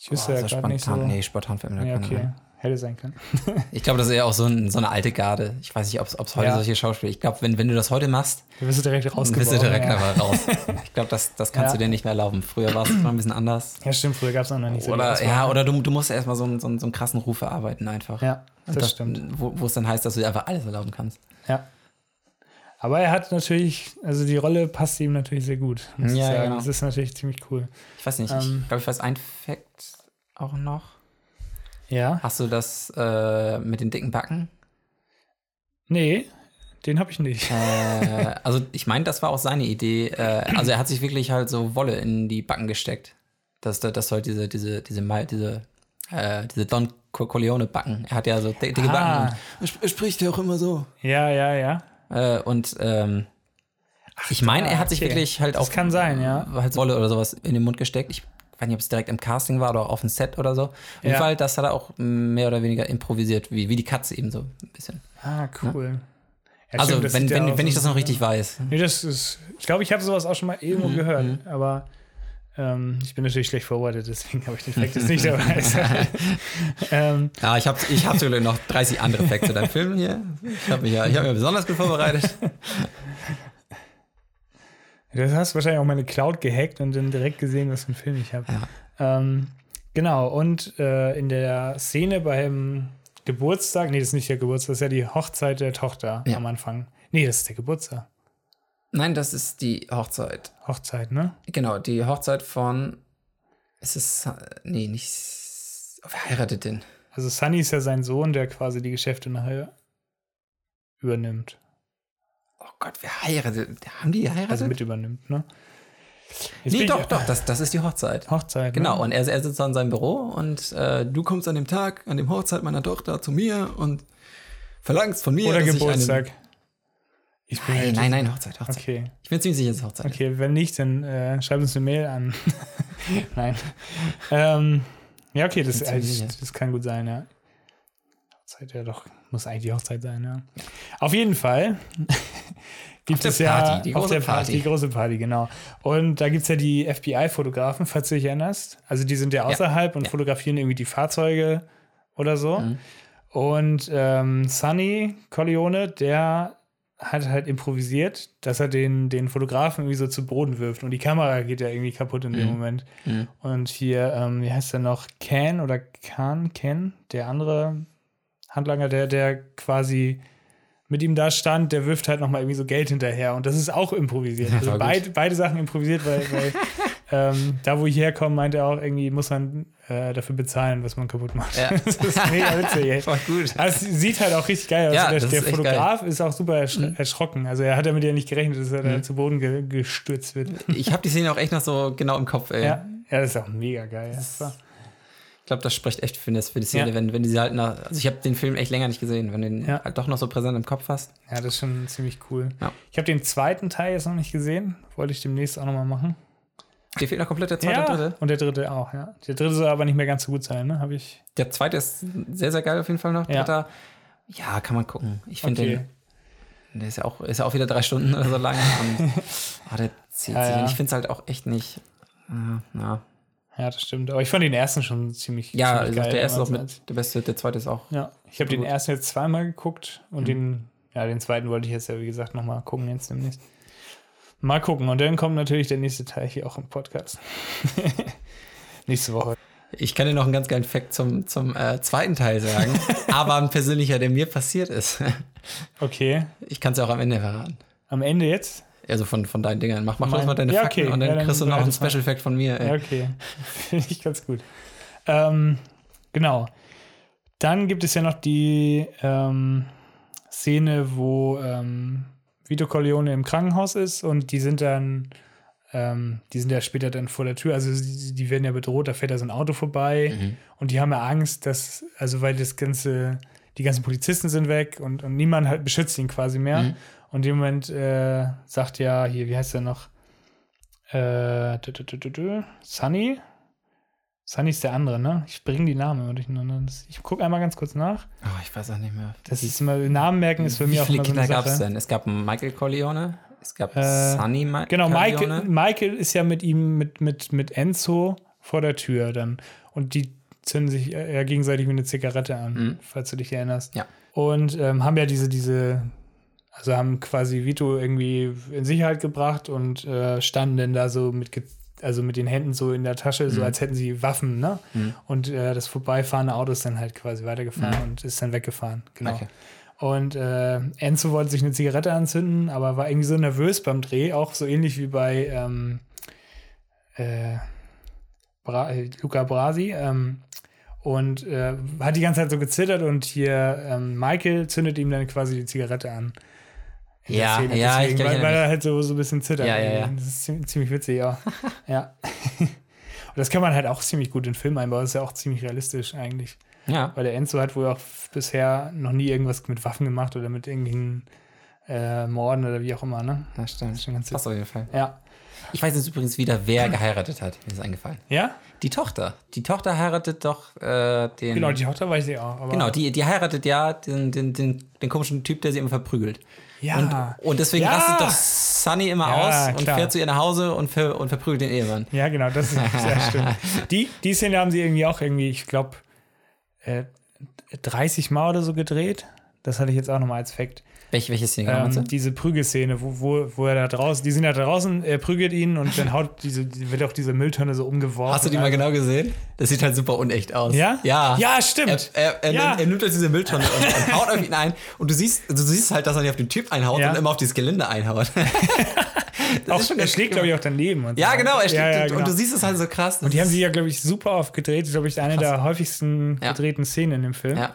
S1: Ich wüsste ja
S2: so
S1: gerade nicht so.
S2: spontan- Nee, spontan fällt mir da
S1: nee,
S2: keiner
S1: okay.
S2: ein.
S1: Hätte sein können.
S2: Ich glaube, das ist eher auch so, ein, so eine alte Garde. Ich weiß nicht, ob es heute
S1: Ja.
S2: solche Schauspieler. Ich glaube, wenn, wenn du das heute machst,
S1: Du bist direkt
S2: dann
S1: rausgeworfen.
S2: bist du direkt
S1: ja.
S2: einfach raus. Ich glaube, das, das kannst
S1: Ja.
S2: du dir nicht mehr erlauben. Früher war es noch ein bisschen anders.
S1: ja, stimmt, früher gab es auch noch nicht so die
S2: Oder,
S1: Auswahl.
S2: ja, oder du, du musst erstmal so, einen- so, einen- so einen krassen Ruf erarbeiten einfach.
S1: ne? Ja, das,
S2: Und das
S1: stimmt.
S2: Wo wo es dann heißt, dass du dir einfach alles erlauben kannst.
S1: Ja. Aber er hat natürlich, also die Rolle passt ihm natürlich sehr gut. Muss ich
S2: Ja,
S1: sagen.
S2: genau.
S1: Das ist natürlich ziemlich cool.
S2: Ich weiß nicht,
S1: Ähm.
S2: ich glaube, ich weiß ein Fact auch noch.
S1: Ja.
S2: Hast du das äh, mit den dicken Backen?
S1: Nee, den habe ich nicht.
S2: Äh, also ich meine, das war auch seine Idee. Äh, also er hat sich wirklich halt so Wolle in die Backen gesteckt. Das, das, das soll halt diese, diese, diese, Ma- diese, äh, diese Don Co- Corleone Backen. Er hat ja so dick- dicke
S1: Ah.
S2: Backen. Und er sp- er spricht ja auch immer so.
S1: Ja, ja, ja.
S2: Äh, und ähm, ich meine, er hat sich
S1: okay.
S2: wirklich halt
S1: Das
S2: auch
S1: kann sein, ne? ja.
S2: halt Wolle oder sowas in den Mund gesteckt. Ich weiß nicht, ob es direkt im Casting war oder auf dem Set oder so. Auf jeden
S1: Ja.
S2: Fall, das hat er auch mehr oder weniger improvisiert, wie, wie die Katze eben so ein bisschen.
S1: Ah, cool. Ja,
S2: also,
S1: stimmt, das
S2: wenn,
S1: sieht ja
S2: wenn,
S1: aus
S2: wenn ich
S1: wie-
S2: das noch richtig weiß.
S1: Nee, das ist. Ich glaube, ich habe sowas auch schon mal
S2: Mhm,
S1: irgendwo gehört, aber ähm, ich bin natürlich schlecht vorbereitet, deswegen habe ich den Fact jetzt nicht dabei. ähm,
S2: Ja, ich habe ich hab sogar noch 30 andere Facts zu deinem Film hier. Ich habe mich, ja, ich hab mich ja besonders gut vorbereitet.
S1: das hast du wahrscheinlich auch meine Cloud gehackt und dann direkt gesehen, was für einen Film ich habe. Ähm, genau, und äh, in der Szene beim Geburtstag, nee, das ist nicht der Geburtstag, das ist ja die Hochzeit der Tochter
S2: Ja.
S1: am Anfang. Nee, das ist der Geburtstag.
S2: Nein, das ist die Hochzeit.
S1: Hochzeit, ne?
S2: Genau, die Hochzeit von. Ist es. Sa- Nee, nicht. S- Wer heiratet denn?
S1: Also Sunny ist ja sein Sohn, der quasi die Geschäfte nachher übernimmt.
S2: Oh Gott, wer heiratet? Haben die geheiratet?
S1: Also mit übernimmt, ne? Jetzt bin
S2: nee,
S1: ich-
S2: doch, doch, das, das ist die Hochzeit.
S1: Hochzeit.
S2: Genau,
S1: Ne?
S2: und er, er sitzt dann in seinem Büro und äh, du kommst an dem Tag, an dem Hochzeit meiner Tochter zu mir und verlangst von mir.
S1: Oder
S2: dass ich
S1: Geburtstag. Ich bin
S2: Einen,
S1: mir-
S2: nein, nein, nein, Hochzeit, Hochzeit.
S1: Okay.
S2: Ich bin ziemlich sicher, es ist Hochzeit.
S1: Okay, wenn nicht, dann äh, schreib uns eine Mail an. Nein. Ähm, ja, okay, das,
S2: Kannst du nicht,
S1: äh, das, das kann gut sein, ja. Hochzeit, ja doch, muss eigentlich die Hochzeit sein, ja. Auf jeden Fall gibt
S2: der
S1: es ja
S2: Party, die
S1: auf
S2: große
S1: der Party,
S2: Party.
S1: die große Party, genau. Und da gibt es ja die FBI-Fotografen, falls du dich erinnerst. Also die sind ja außerhalb und
S2: ja. Mhm.
S1: fotografieren irgendwie die Fahrzeuge oder so. Und ähm, Sunny Corleone, der hat halt improvisiert, dass er den, den Fotografen irgendwie so zu Boden wirft. Und die Kamera geht ja irgendwie kaputt in dem Moment.
S2: Mhm.
S1: Und hier, ähm, wie heißt der noch? Ken oder Khan? Ken? Der andere Handlanger, der, der quasi mit ihm da stand, der wirft halt nochmal irgendwie so Geld hinterher. Und das ist auch improvisiert.
S2: Ja,
S1: Also
S2: voll gut.
S1: beid, beide Sachen improvisiert, weil, weil ähm, da, wo ich herkomme, meint er auch, irgendwie muss man äh, dafür bezahlen, was man kaputt macht.
S2: Ja.
S1: das ist mega witzig, ey.
S2: Voll gut.
S1: Also, es sieht halt auch richtig geil aus.
S2: Ja,
S1: der
S2: das
S1: der
S2: ist echt Mhm.
S1: Fotograf ist auch super ersch erschrocken. Also er hat damit ja nicht gerechnet, dass er da zu Boden ge gestürzt wird.
S2: Ich habe die Szene auch echt noch so genau im Kopf, ey.
S1: Ja, ja das ist auch mega geil. Ja.
S2: Ich glaube, das spricht echt für, das, für die Szene,
S1: Ja.
S2: wenn, wenn diese halt nach. Also ich habe den Film echt länger nicht gesehen, wenn du den
S1: Ja.
S2: halt doch noch so präsent im Kopf hast.
S1: ja, das ist schon ziemlich cool.
S2: Ja.
S1: Ich habe den zweiten Teil jetzt noch nicht gesehen. Wollte ich demnächst auch nochmal machen.
S2: Dir fehlt noch komplett der zweite
S1: ja,
S2: und dritte.
S1: und der dritte auch, ja. Der dritte soll aber nicht mehr ganz so gut sein, ne? Habe ich.
S2: Der zweite ist sehr, sehr geil auf jeden Fall noch.
S1: Ja.
S2: Dritter. Ja, kann man gucken. Ich finde
S1: Okay.
S2: den. Der ist ja auch, ist ja auch wieder drei Stunden oder so lang. Und, ah, der zieht
S1: Ja,
S2: sich.
S1: ja.
S2: Und ich finde es halt auch echt nicht. äh, Ja, na.
S1: Ja, das stimmt. Aber ich fand den ersten schon ziemlich
S2: ja
S1: ziemlich
S2: also der erste ist auch
S1: damals.
S2: mit der beste, der zweite ist auch.
S1: Ja, Mhm. ich habe den
S2: Gut.
S1: ersten jetzt zweimal geguckt und den, ja, den zweiten wollte ich jetzt ja, wie gesagt, nochmal gucken jetzt demnächst. Mal gucken. Und dann kommt natürlich der nächste Teil hier auch im Podcast. Nächste Woche.
S2: Ich kann dir noch einen ganz geilen Fact zum, zum äh, zweiten Teil sagen, aber ein persönlicher, der mir passiert ist.
S1: Okay.
S2: Ich kann es ja auch am Ende verraten.
S1: Am Ende jetzt?
S2: Also von, von deinen Dingern. Mach, mach
S1: Mein-
S2: bloß mal deine
S1: Ja,
S2: Fakten
S1: okay.
S2: und dann
S1: Ja, dann
S2: kriegst du noch einen
S1: behalte mal.
S2: Special Fact von mir.
S1: Ja,
S2: Ey.
S1: okay. Finde ich ganz gut. Ähm, genau. Dann gibt es ja noch die ähm, Szene, wo ähm, Vito Corleone im Krankenhaus ist und die sind dann, ähm, die sind ja später dann vor der Tür, also die, die werden ja bedroht, da fährt da so ein Auto vorbei und die haben ja Angst, dass, also weil das ganze, die ganzen Polizisten sind weg und, und niemand halt beschützt ihn quasi mehr. Und in dem Moment äh, sagt ja hier, wie heißt er noch? Äh, dü- dü- dü- dü- dü. Sunny? Sunny ist der andere, ne? Ich bringe die Namen immer durcheinander. Das- Ich gucke einmal ganz kurz nach.
S2: Oh, ich weiß auch nicht mehr.
S1: Das ist immer, Namen merken ist für
S2: Wie
S1: mich auch
S2: viele
S1: immer so
S2: Kinder
S1: eine
S2: gab es
S1: Sache.
S2: denn? Es gab einen Michael Corleone, es gab
S1: Äh,
S2: Sunny Ma
S1: Genau, Michael,
S2: Corleone.
S1: Michael ist ja mit ihm, mit, mit, mit Enzo vor der Tür dann. Und die zünden sich äh, ja gegenseitig mit einer Zigarette an,
S2: Mhm.
S1: falls du dich erinnerst.
S2: Ja.
S1: Und ähm, haben ja diese, diese, also haben quasi Vito irgendwie in Sicherheit gebracht und äh, standen dann da so mit, ge- also mit den Händen so in der Tasche, so als hätten sie Waffen, ne? Und äh, das vorbeifahrende Auto ist dann halt quasi weitergefahren und ist dann weggefahren. Genau.
S2: Okay.
S1: Und äh, Enzo wollte sich eine Zigarette anzünden, aber war irgendwie so nervös beim Dreh, auch so ähnlich wie bei ähm, äh, Bra äh, Luca Brasi. Ähm, und äh, hat die ganze Zeit so gezittert und hier ähm, Michael zündet ihm dann quasi die Zigarette an. In der
S2: Ja,
S1: Szene.
S2: ja, ich
S1: Deswegen,
S2: glaub, ich
S1: weil, weil
S2: erinnere
S1: er halt so, so ein bisschen zittert.
S2: Ja, ja, ja.
S1: Das ist ziemlich, ziemlich witzig, ja. ja. Und das kann man halt auch ziemlich gut in den Film einbauen. Das ist ja auch ziemlich realistisch eigentlich.
S2: Ja.
S1: Weil der Enzo hat wohl auch bisher noch nie irgendwas mit Waffen gemacht oder mit irgendwelchen äh, Morden oder wie auch immer, ne?
S2: Na, stimmt.
S1: ist schon ganz
S2: Passt auf jeden Fall.
S1: Ja.
S2: Ich weiß jetzt übrigens wieder, wer geheiratet hat. Mir ist eingefallen.
S1: Ja?
S2: Die Tochter. Die Tochter heiratet doch äh, den.
S1: Genau, die Tochter weiß ich auch. Aber
S2: Genau, die, die heiratet ja den, den, den, den komischen Typ, der sie immer verprügelt.
S1: Ja.
S2: Und, und deswegen
S1: Ah. Ja.
S2: rastet doch Sunny immer
S1: Ja,
S2: aus und
S1: klar.
S2: fährt zu ihr nach Hause und, ver, und verprügelt den Ehemann.
S1: ja, genau, das ist sehr stimmt. Die, die Szene haben sie irgendwie auch irgendwie, ich glaube, äh, 30 Mal oder so gedreht. Das hatte ich jetzt auch nochmal als Fact.
S2: Welche, welche Szene genau meinst
S1: Ähm,
S2: du?
S1: diese Prügelszene, wo, wo, wo er da draußen, die sind ja draußen, er prügelt ihn und dann haut diese, die- wird auch diese Mülltonne so umgeworfen.
S2: Hast du die mal
S1: Also-
S2: genau gesehen? Das sieht halt super unecht aus.
S1: Ja?
S2: Ja.
S1: Ja, stimmt.
S2: Er, er, er,
S1: Ja.
S2: nimmt- er nimmt jetzt diese Mülltonne und, und haut auf ihn ein. Und du siehst, du siehst halt, dass er nicht auf den Typ einhaut,
S1: Ja.
S2: sondern immer auf dieses Gelände einhaut. Das
S1: Auch,
S2: ist schon
S1: er
S2: ganz
S1: schlägt,
S2: cool.
S1: glaube ich, auch daneben. Und
S2: Ja,
S1: so.
S2: genau, er schlägt
S1: ja, ja,
S2: den-
S1: genau.
S2: und du siehst es halt so krass.
S1: Und die haben sie ja, glaube ich, super oft gedreht. Das ist, glaube ich, eine der häufigsten
S2: Ja.
S1: gedrehten Szenen in dem Film.
S2: Ja.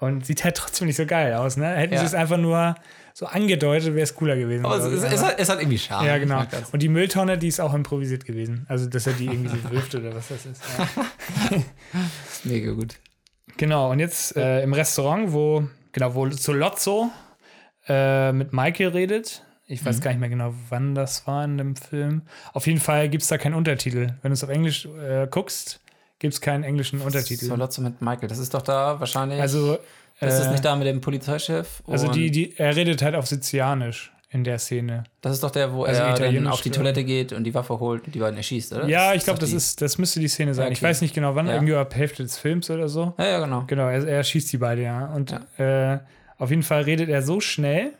S1: Und sieht halt trotzdem nicht so geil aus, ne? Hätten
S2: Ja.
S1: sie es einfach nur so angedeutet, wäre es cooler gewesen.
S2: aber es,
S1: glaub
S2: es,
S1: ich.
S2: es, hat, es hat irgendwie Charme.
S1: ja,
S2: Ich
S1: genau.
S2: mag das.
S1: Und die Mülltonne, die ist auch improvisiert gewesen. Also, dass er die irgendwie so wirft oder was das ist. Ja.
S2: Mega gut.
S1: Genau, und jetzt äh, im Restaurant, wo, genau, wo Solozzo äh, mit Michael redet. Ich
S2: Mhm.
S1: weiß gar nicht mehr genau, wann das war in dem Film. Auf jeden Fall gibt es da keinen Untertitel. Wenn du es auf Englisch äh, guckst, gibt es keinen englischen Untertitel.
S2: Solozzo mit Michael. Das ist doch da wahrscheinlich.
S1: also,
S2: das ist
S1: äh,
S2: nicht da mit dem Polizeichef.
S1: also
S2: und
S1: die, die, er redet halt auf Sizilianisch in der Szene.
S2: das ist doch der, wo
S1: Also
S2: er dann
S1: italienisch,
S2: auf die
S1: glaub ich.
S2: Toilette geht und die Waffe holt und die beiden erschießt, oder?
S1: Ja,
S2: Das
S1: ich glaube,
S2: doch
S1: das
S2: die-
S1: ist, das müsste die Szene sein. Ich
S2: Okay.
S1: weiß nicht genau, wann,
S2: Ja.
S1: irgendwie ab Hälfte des Films oder so.
S2: Ja, ja, genau.
S1: Genau, er, er schießt die beide, ja. Und Äh, auf jeden Fall redet er so schnell,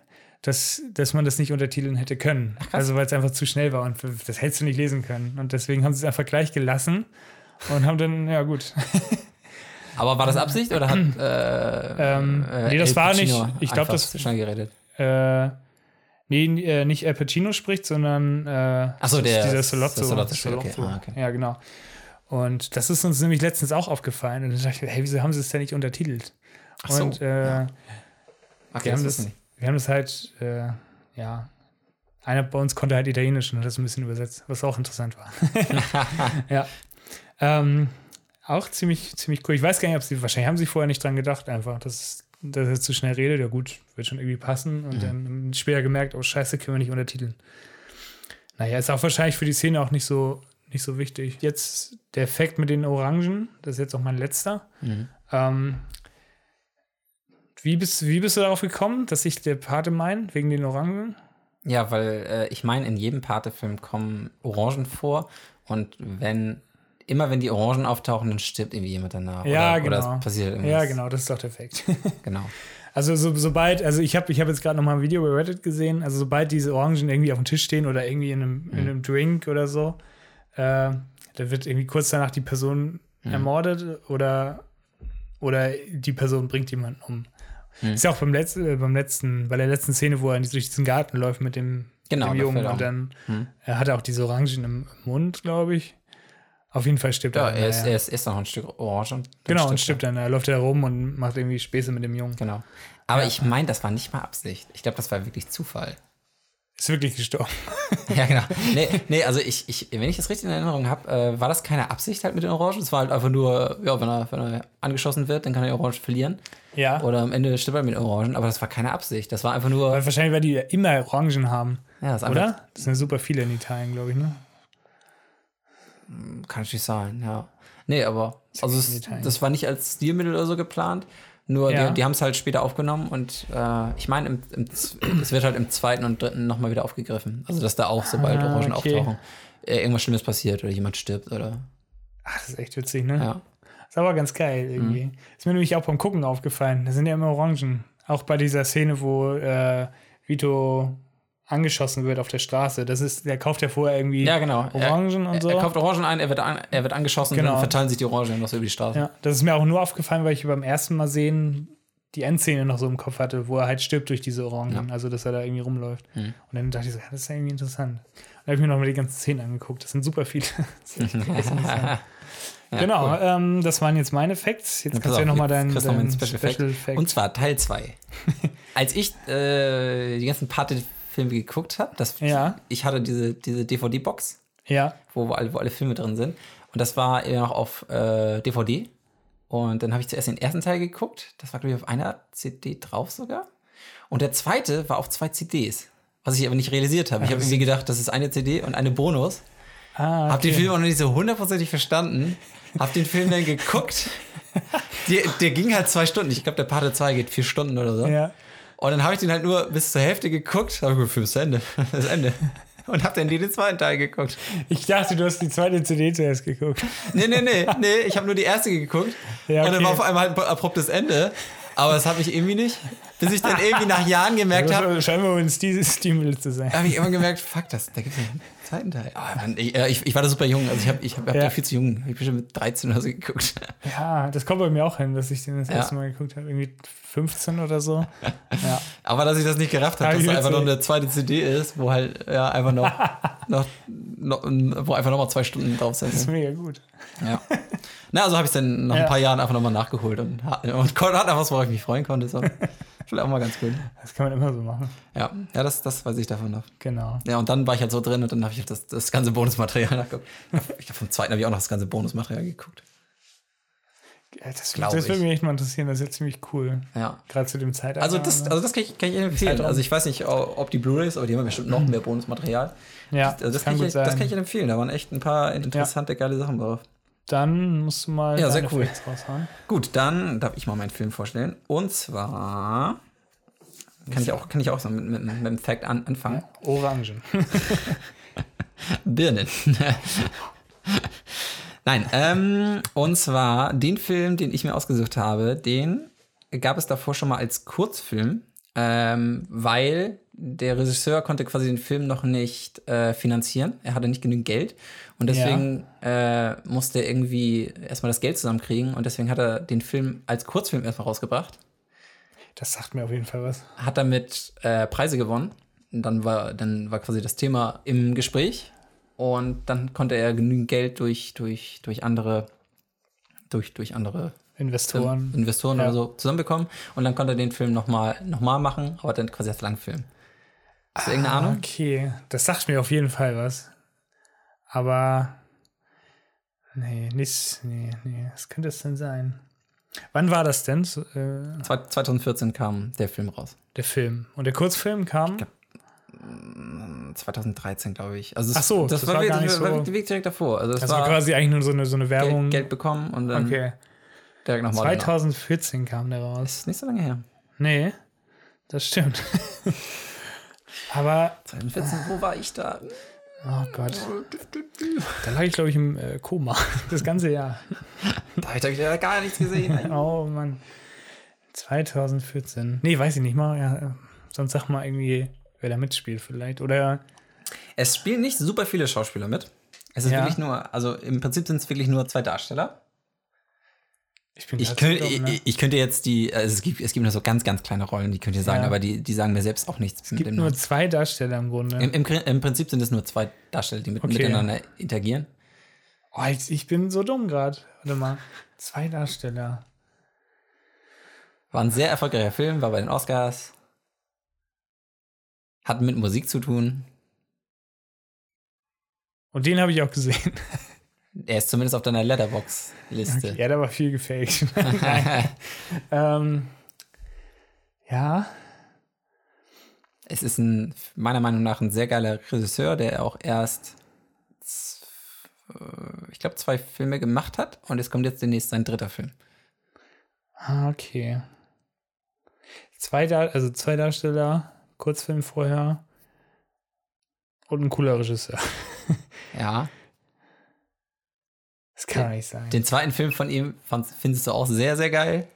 S1: dass, dass man das nicht untertiteln hätte können. also weil es einfach zu schnell war und das hättest du nicht lesen können. Und deswegen haben sie es einfach gleich gelassen und haben dann, ja gut.
S2: Aber war das Absicht oder hat. Äh,
S1: Ähm,
S2: äh,
S1: nee, das
S2: El
S1: war
S2: Pacino
S1: nicht- ich glaub,
S2: einfach
S1: das-
S2: zu schnell geredet.
S1: äh, nee, n- äh, nicht Al Pacino spricht, sondern äh,
S2: Ach so, der-
S1: dieser Solozzo.
S2: der Solozzo spielt, okay.
S1: Solozzo.
S2: Ah, okay.
S1: Ja, genau. Und das ist uns nämlich letztens auch aufgefallen. Und da dachte ich, hey, wieso haben sie es denn nicht untertitelt?
S2: Ach so,
S1: Und äh,
S2: Okay,
S1: wir, haben
S2: das
S1: das,
S2: ist nicht.
S1: wir haben das halt, äh, ja, einer bei uns konnte halt Italienisch und hat das ein bisschen übersetzt, was auch interessant war. ja. Ähm, auch ziemlich, ziemlich cool. Ich weiß gar nicht, ob sie, wahrscheinlich haben sie vorher nicht dran gedacht, einfach, dass, dass er zu schnell redet. Ja, gut, wird schon irgendwie passen. Und dann später gemerkt, oh, scheiße, können wir nicht untertiteln. Naja, ist auch wahrscheinlich für die Szene auch nicht so, nicht so wichtig. Jetzt der Effekt mit den Orangen, das ist jetzt auch mein letzter.
S2: Mhm.
S1: Ähm, wie, bist, wie bist du darauf gekommen, dass ich der Pate mein, wegen den Orangen?
S2: Ja, weil äh, ich meine, in jedem Pate-Film kommen Orangen vor und wenn. Immer wenn die Orangen auftauchen, dann stirbt irgendwie jemand danach.
S1: Ja,
S2: oder, Oder
S1: genau.
S2: es passiert irgendwas.
S1: Ja, genau, das ist doch der Effekt.
S2: genau.
S1: Also so, sobald, also ich habe ich hab jetzt gerade nochmal ein Video bei Reddit gesehen, also sobald diese Orangen irgendwie auf dem Tisch stehen oder irgendwie in einem, in einem Drink oder so, äh, da wird irgendwie kurz danach die Person ermordet oder, oder die Person bringt jemanden um. Ist ja auch beim letzten, äh, beim letzten, bei der letzten Szene, wo er in die- durch diesen Garten läuft mit dem,
S2: Genau,
S1: dem
S2: da
S1: Jungen
S2: fällt Hm.
S1: und
S2: er
S1: dann er hat er auch diese Orangen im Mund, glaube ich. Auf jeden Fall stirbt
S2: Ja,
S1: er.
S2: er ist,
S1: naja.
S2: er ist, er ist noch ein Stück Orange. und dann
S1: genau, und
S2: er.
S1: stirbt dann. Er läuft da rum und macht irgendwie Späße mit dem Jungen.
S2: Genau. Aber ich meine, das war nicht mal Absicht. Ich glaube, das war wirklich Zufall.
S1: Ist wirklich gestorben.
S2: ja, genau. Nee, nee also ich, ich, wenn ich das richtig in Erinnerung habe, äh, war das keine Absicht halt mit den Orangen. Es war halt einfach nur, ja, wenn er, wenn er angeschossen wird, dann kann er die Orange verlieren.
S1: Ja.
S2: Oder am Ende stirbt er mit den Orangen. Aber das war keine Absicht. Das war einfach nur,
S1: Weil wahrscheinlich, weil die ja immer Orangen haben,
S2: ja, das ist einfach,
S1: oder? Das sind ja super viele in Italien, glaube ich, ne?
S2: kann natürlich sein, ja. Nee, aber, also es,
S1: Detail.
S2: das war nicht als Stilmittel oder so geplant. Nur,
S1: Ja.
S2: die, die haben es halt später aufgenommen und äh, ich meine, im, im, Z- es wird halt im zweiten und dritten nochmal wieder aufgegriffen. Also, dass da auch, sobald
S1: Ah,
S2: Orangen
S1: okay.
S2: auftauchen, äh, irgendwas Schlimmes passiert oder jemand stirbt oder,
S1: Ach, das ist echt witzig, ne?
S2: ja. Mhm.
S1: Ist aber ganz geil irgendwie. Ist mir nämlich auch beim Gucken aufgefallen. Da sind ja immer Orangen. Auch bei dieser Szene, wo äh, Vito angeschossen wird auf der Straße. Das ist, der kauft ja vorher irgendwie
S2: Ja, genau.
S1: Orangen
S2: er,
S1: und so.
S2: Er kauft Orangen ein, er wird, an, er wird angeschossen
S1: Genau.
S2: und dann verteilen sich die Orangen noch so über die Straße.
S1: Ja, das ist mir auch nur aufgefallen, weil ich beim ersten Mal sehen die Endszene noch so im Kopf hatte, wo er halt stirbt durch diese Orangen, also dass er da irgendwie rumläuft.
S2: Mhm.
S1: Und dann dachte ich so, ja, das ist ja irgendwie interessant. Und dann habe ich mir nochmal die ganzen Szenen angeguckt. Das sind super viele. Das ist echt interessant. genau, ähm, das waren jetzt meine Facts. Jetzt
S2: Pass
S1: kannst du ja
S2: auf,
S1: nochmal
S2: jetzt
S1: deinen
S2: kriegst du noch mal
S1: deinen
S2: einen Special, Fact. Und zwar Teil 2. Als ich äh, die ganzen Party-Filme geguckt habe, das-
S1: Ja.
S2: ich hatte diese, diese DVD-Box,
S1: ja,
S2: wo, alle- wo alle Filme drin sind. Und das war eben noch auf äh, DVD. Und dann habe ich zuerst den ersten Teil geguckt. Das war, glaube ich, auf einer CD drauf sogar. Und der zweite war auf zwei CDs. Was ich aber nicht realisiert habe. Ich habe irgendwie gedacht, das ist eine CD und eine Bonus.
S1: Ah,
S2: Hab den Film auch noch nicht so hundertprozentig verstanden. Hab den Film dann geguckt. Der, der ging halt zwei Stunden. Ich glaube, der Pate 2 geht vier Stunden oder so.
S1: ja.
S2: Und dann habe ich den halt nur bis zur Hälfte geguckt. Hab ich gedacht, Film ist zu Ende. Das Ende. Und hab dann den zweiten Teil geguckt.
S1: Ich dachte, du hast die zweite CD zuerst geguckt.
S2: Nee, nee, nee, nee, ich habe nur die erste geguckt.
S1: Ja,
S2: Und dann
S1: okay.
S2: war auf einmal halt ein abruptes Ende. Aber das habe ich irgendwie nicht. Bis ich dann irgendwie nach Jahren gemerkt habe,
S1: Das scheint wohl ein Stil- Stilmittel zu sein.
S2: habe ich immer gemerkt, fuck das, da gibt es einen zweiten Teil. Ah, Mann, ich, äh, ich, ich war da super jung, also ich habe ich hab, hab
S1: Ja.
S2: da viel zu jung. Ich bin schon mit 13 oder so geguckt.
S1: Ja, das kommt bei mir auch hin, dass ich den das
S2: Ja.
S1: erste Mal geguckt habe. Irgendwie 15 oder so. Ja.
S2: Aber dass ich das nicht gerafft
S1: Ah,
S2: habe, dass
S1: ich
S2: da einfach
S1: weiß
S2: nur
S1: nicht.
S2: eine zweite CD ist, wo halt ja, einfach noch, noch, noch wo einfach nochmal zwei Stunden drauf sind.
S1: Das ist mega gut.
S2: Ja. Na, also habe ich es dann nach
S1: Ja.
S2: ein paar Jahren einfach nochmal nachgeholt und, ha- und konnte, hat auch was, worauf ich mich freuen konnte. Das war vielleicht auch mal ganz cool.
S1: Das kann man immer so machen.
S2: Ja, ja das, das weiß ich davon noch.
S1: Genau.
S2: Ja, und dann war ich halt so drin und dann habe ich halt das, das ganze Bonusmaterial nachgeguckt. Ich glaube, vom zweiten habe ich auch noch das ganze Bonusmaterial geguckt.
S1: Ja, Das,
S2: Glaub
S1: das
S2: ich.
S1: würde mich echt mal interessieren. Das ist ja ziemlich cool.
S2: Ja.
S1: Gerade zu dem Zeitalter.
S2: Also das,
S1: ne?
S2: also das kann ich, kann ich Ihnen empfehlen.
S1: Zeitraum.
S2: Also ich weiß nicht, o- ob die Blu-Rays, aber die haben bestimmt noch mehr Bonusmaterial.
S1: ja,
S2: Also das,
S1: Mhm. kann
S2: kann
S1: gut
S2: ich,
S1: sein.
S2: das kann ich Ihnen empfehlen. Da waren echt ein paar interessante, geile Sachen drauf.
S1: Dann musst du mal
S2: Ja, sehr
S1: deine
S2: cool.
S1: Facts raushauen.
S2: Gut, dann darf ich mal meinen Film vorstellen. Und zwar kann ich auch, kann ich auch so mit, mit, mit dem Fact an, anfangen.
S1: Orangen.
S2: Birnen. Nein, ähm, und zwar den Film, den ich mir ausgesucht habe, den gab es davor schon mal als Kurzfilm, ähm, weil der Regisseur konnte quasi den Film noch nicht äh, finanzieren. Er hatte nicht genügend Geld und deswegen äh, musste er irgendwie erstmal das Geld zusammenkriegen und deswegen hat er den Film als Kurzfilm erstmal rausgebracht
S1: Das sagt mir auf jeden Fall was.
S2: hat damit äh, Preise gewonnen. Und dann war, dann war quasi das Thema im Gespräch. Und dann konnte er genügend Geld durch, durch, durch andere, durch, durch andere
S1: Investoren.
S2: Investoren
S1: Ja.
S2: oder so zusammenbekommen. Und dann konnte er den Film nochmal noch mal machen, aber dann quasi als Langfilm. Hast du irgendeine Ahnung?
S1: Okay, das sagt mir auf jeden Fall was. Aber nee, nichts, nee, nee, was könnte es denn sein? Wann war das denn, so, äh,
S2: Zwei- 2014 kam der Film raus.
S1: der Film? Und der Kurzfilm kam?
S2: 2013, glaube ich. Also das,
S1: Ach so,
S2: das, war, gar nicht so. Weg direkt davor. Also das
S1: Also
S2: war
S1: quasi eigentlich nur so eine, so eine Werbung.
S2: Geld, Geld bekommen und dann
S1: okay.
S2: direkt nochmal.
S1: 2014 kam der raus.
S2: Ist nicht so lange her.
S1: Nee, das stimmt. Aber,
S2: 2014, wo war ich da?
S1: oh Gott, da lag ich, glaube ich, im äh, Koma. Das ganze Jahr.
S2: Da habe ich, da hab ich leider gar nichts gesehen.
S1: Oh Mann. 2014. Nee, weiß ich nicht mal. Ja, ähm, sonst sag mal irgendwie, wer da mitspielt vielleicht. Oder
S2: es spielen nicht super viele Schauspieler mit. Es ist
S1: Ja.
S2: wirklich nur, also im Prinzip sind es wirklich nur zwei Darsteller.
S1: ich bin
S2: Ich,
S1: grad
S2: könnt,
S1: so dumm,
S2: ich,
S1: ne?
S2: ich- ich könnte jetzt die, also es gibt, es gibt nur so ganz, ganz kleine Rollen, die könnt ihr sagen,
S1: Ja.
S2: aber die, die sagen mir selbst auch nichts.
S1: Es
S2: mit
S1: gibt
S2: dem
S1: nur
S2: Namen.
S1: zwei Darsteller im Grunde.
S2: Im, im, Grin- Im Prinzip sind es nur zwei Darsteller, die mit,
S1: Okay.
S2: miteinander interagieren.
S1: oh, ich, ich bin so dumm gerade. Warte mal. Zwei Darsteller.
S2: War ein sehr erfolgreicher Film, war bei den Oscars. Hat mit Musik zu tun.
S1: Und den habe ich auch gesehen.
S2: Er ist zumindest auf deiner Letterbox-Liste.
S1: Ja, da war viel gefaked. Nein. ähm, ja,
S2: Es ist ein, meiner Meinung nach ein sehr geiler Regisseur, der auch erst, z- äh, ich glaube, zwei Filme gemacht hat und es kommt jetzt demnächst sein dritter Film.
S1: Ah, okay. Zwei, Dar also zwei Darsteller, Kurzfilm vorher und ein cooler Regisseur.
S2: Ja.
S1: Das kann doch nicht sein.
S2: Den zweiten Film von ihm fand, findest du auch sehr, sehr geil.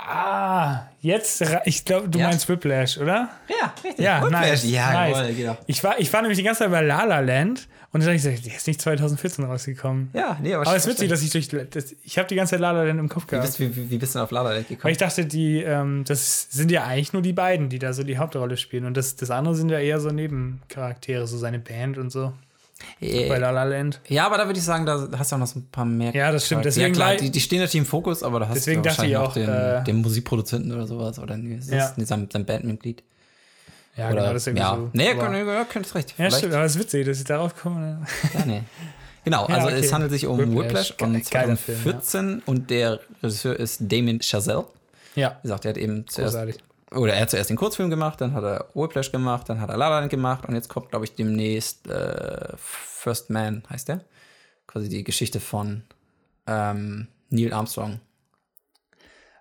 S1: Ah, jetzt, ra- ich glaube, du
S2: Ja.
S1: meinst Whiplash, oder?
S2: Ja, richtig.
S1: Ja,
S2: Und
S1: nice,
S2: Flash. Ja,
S1: nice.
S2: jawohl, genau.
S1: Ich war, ich war nämlich die ganze Zeit bei La La Land und dann hab ich gesagt, der ist nicht 2014 rausgekommen.
S2: Ja, nee, aber,
S1: Aber es ist witzig, dass ich durch, das, ich habe die ganze Zeit La La Land im Kopf
S2: Wie
S1: gehabt.
S2: bist, wie, wie- wie bist du denn auf Lava Land
S1: Weil
S2: gekommen?
S1: ich dachte, die, ähm, das sind ja eigentlich nur die beiden, die da so die Hauptrolle spielen. Und das, das andere sind ja eher so Nebencharaktere, so seine Band und so.
S2: Äh,
S1: Bei La La Land.
S2: ja, aber da würde ich sagen, da hast du auch noch so ein paar mehr.
S1: Ja, das stimmt.
S2: Charaktere.
S1: Deswegen
S2: ja, klar,
S1: gleich-
S2: die, die stehen natürlich im Fokus, aber da hast
S1: Deswegen
S2: du
S1: dachte ich auch,
S2: wahrscheinlich noch den,
S1: äh,
S2: den Musikproduzenten oder sowas. Oder nee, es
S1: Ja.
S2: ist sein, sein Bandmitglied.
S1: Ja,
S2: Oder,
S1: genau, das ist irgendwie
S2: ja.
S1: so.
S2: Nee,
S1: Aber-
S2: komm, ja, könntest recht.
S1: Ja,
S2: Vielleicht-
S1: stimmt, aber es ist witzig, dass ich darauf ne? komme.
S2: Ja, nee. Genau,
S1: Ja,
S2: also
S1: okay.
S2: es handelt sich um
S1: Whiplash.
S2: Whiplash, von
S1: Ge- geiler Film,
S2: 2014 und der Regisseur ist Damien Chazelle.
S1: Ja,
S2: Wie gesagt, er hat eben zuerst,
S1: Großartig.
S2: oder er hat zuerst den Kurzfilm gemacht, dann hat er Whiplash gemacht, dann hat er La La Land gemacht und jetzt kommt, glaube ich, demnächst äh, First Man, heißt der. Quasi die Geschichte von ähm, Neil Armstrong.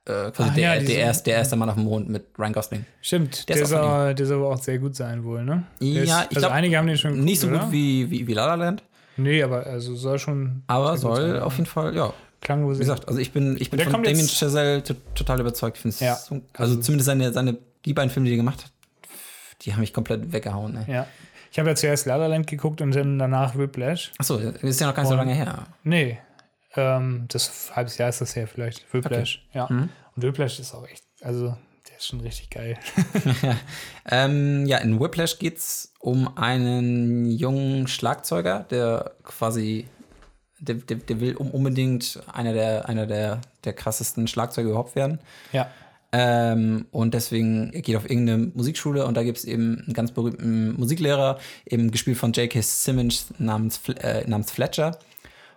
S2: Äh, quasi
S1: Ach
S2: der,
S1: Ah, ja,
S2: der,
S1: diesen-
S2: erste, der erste Mann auf dem Mond mit Ryan Gosling.
S1: stimmt. Der,
S2: Der ist auch von
S1: soll, der soll aber auch sehr gut sein wohl, ne?
S2: Ja,
S1: Der ist,
S2: ich
S1: also
S2: glaub,
S1: einige haben den schon
S2: Nicht so
S1: geguckt,
S2: gut wie, wie, wie La La Land,
S1: Nee, aber also soll schon.
S2: aber
S1: sehr gut
S2: soll
S1: sein.
S2: auf jeden Fall, ja,
S1: Klanglose.
S2: Wie gesagt, also ich bin, ich bin
S1: Der
S2: von
S1: kommt
S2: Damien
S1: jetzt-
S2: Chazelle to- total überzeugt. Ich find's
S1: Ja.
S2: so, also zumindest seine, seine, die beiden Filme, die er gemacht hat, die haben mich komplett weggehauen. Ey.
S1: Ja. Ich habe ja zuerst La La Land geguckt und dann danach Whiplash.
S2: Achso, ist ja noch gar nicht so
S1: Und-
S2: lange her.
S1: Nee, ähm, das halbes Jahr ist das her vielleicht. Whiplash, ja.
S2: Mhm.
S1: Und Whiplash ist auch echt, also der ist schon richtig geil.
S2: Ähm, ja, in Whiplash geht's um einen jungen Schlagzeuger, der quasi, der, der, der will un- unbedingt einer der, einer der, der krassesten Schlagzeuger überhaupt werden.
S1: ja.
S2: Ähm, und deswegen er geht auf irgendeine Musikschule und da gibt es eben einen ganz berühmten Musiklehrer, eben gespielt von J.K. Simmons namens, Fl- äh, namens Fletcher.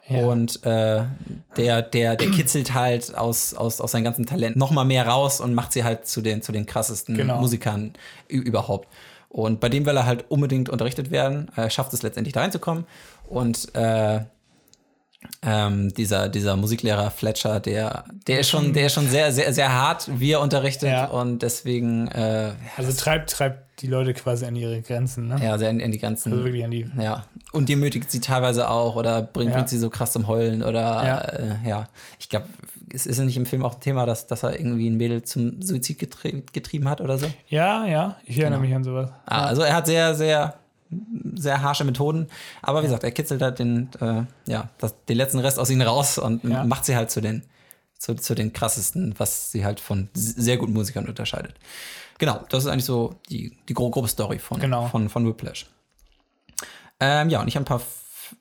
S2: Und äh, der, der, der kitzelt halt aus, aus, aus seinen ganzen Talenten nochmal mehr raus und macht sie halt zu den, zu den krassesten
S1: Genau.
S2: Musikern ü- überhaupt. Und bei dem will er halt unbedingt unterrichtet werden, äh, schafft es letztendlich da reinzukommen. Und äh, ähm, dieser, dieser Musiklehrer Fletcher, der, der ist schon, der ist schon sehr, sehr, sehr hart, wie er unterrichtet
S1: Ja.
S2: und deswegen äh,
S1: Also treibt, treibt die Leute quasi an ihre Grenzen, ne?
S2: ja, sehr in, in die ganzen.
S1: Also wirklich an die.
S2: ja. Und demütigt sie teilweise auch oder bringt,
S1: Ja.
S2: bringt sie so krass zum Heulen oder
S1: Ja.
S2: ja. Äh, ja. Ich glaube, es ist nicht im Film auch ein Thema, dass, dass er irgendwie ein Mädel zum Suizid getrie getrieben hat oder so.
S1: Ja, ja, ich erinnere mich an sowas.
S2: Ah, also er hat sehr, sehr, sehr harsche Methoden. Aber wie gesagt, er kitzelt halt den, äh, ja, das, den letzten Rest aus ihnen raus und
S1: Ja.
S2: macht sie halt zu den, zu, zu den krassesten, was sie halt von s- sehr guten Musikern unterscheidet. Genau, das ist eigentlich so die, die gro grobe Story von,
S1: Genau.
S2: von, von Whiplash. Ähm, ja, und ich habe ein paar F-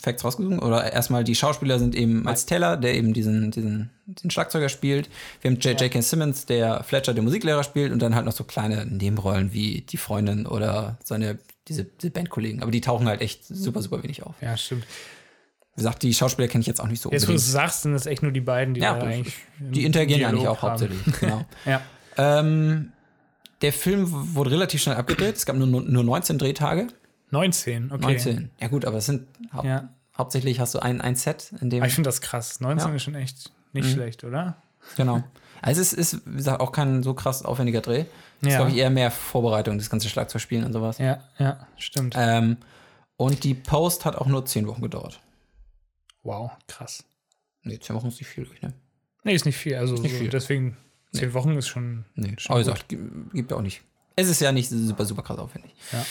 S2: Facts rausgesucht. Oder erstmal die Schauspieler sind eben Miles Taylor, der eben diesen, diesen, diesen Schlagzeuger spielt. Wir haben J.J. J.K. Simmons, der Fletcher, den Musiklehrer spielt. Und dann halt noch so kleine Nebenrollen wie die Freundin oder seine, diese, diese Bandkollegen. Aber die tauchen halt echt super, super wenig auf.
S1: Ja, stimmt.
S2: Wie gesagt, die Schauspieler kenne ich jetzt auch nicht so
S1: Jetzt, wo du
S2: unbedingt.
S1: es sagst, sind das echt nur die beiden, die
S2: Ja,
S1: da
S2: das-
S1: eigentlich.
S2: Die interagieren
S1: Dialog
S2: eigentlich auch
S1: haben.
S2: hauptsächlich. Genau.
S1: Ja.
S2: ähm, der Film wurde relativ schnell abgedreht. Es gab nur, nur 19 Drehtage.
S1: 19, okay.
S2: 19. Ja, gut, aber es sind hau
S1: Ja.
S2: hauptsächlich hast du ein, ein Set, in dem.
S1: Aber ich finde das krass. 19
S2: Ja. Mhm.
S1: ist schon echt nicht schlecht, oder?
S2: Genau. Also es ist, ist, wie gesagt, auch kein so krass aufwendiger Dreh. Das ist,
S1: Ja.
S2: glaube ich, eher mehr Vorbereitung, das ganze Schlagzeugspielen und sowas.
S1: Ja, ja, stimmt.
S2: Ähm, und die Post hat auch nur zehn Wochen gedauert.
S1: Wow, krass.
S2: Nee, zehn Wochen ist nicht viel, glaub ich, ne?
S1: Nee, ist nicht viel. Also
S2: nicht
S1: so,
S2: viel.
S1: deswegen, 10 Wochen ist schon.
S2: Nee.
S1: Schon
S2: Aber wie gesagt, gibt gibt ja auch nicht. Es ist ja nicht super, super krass aufwendig.
S1: Ja.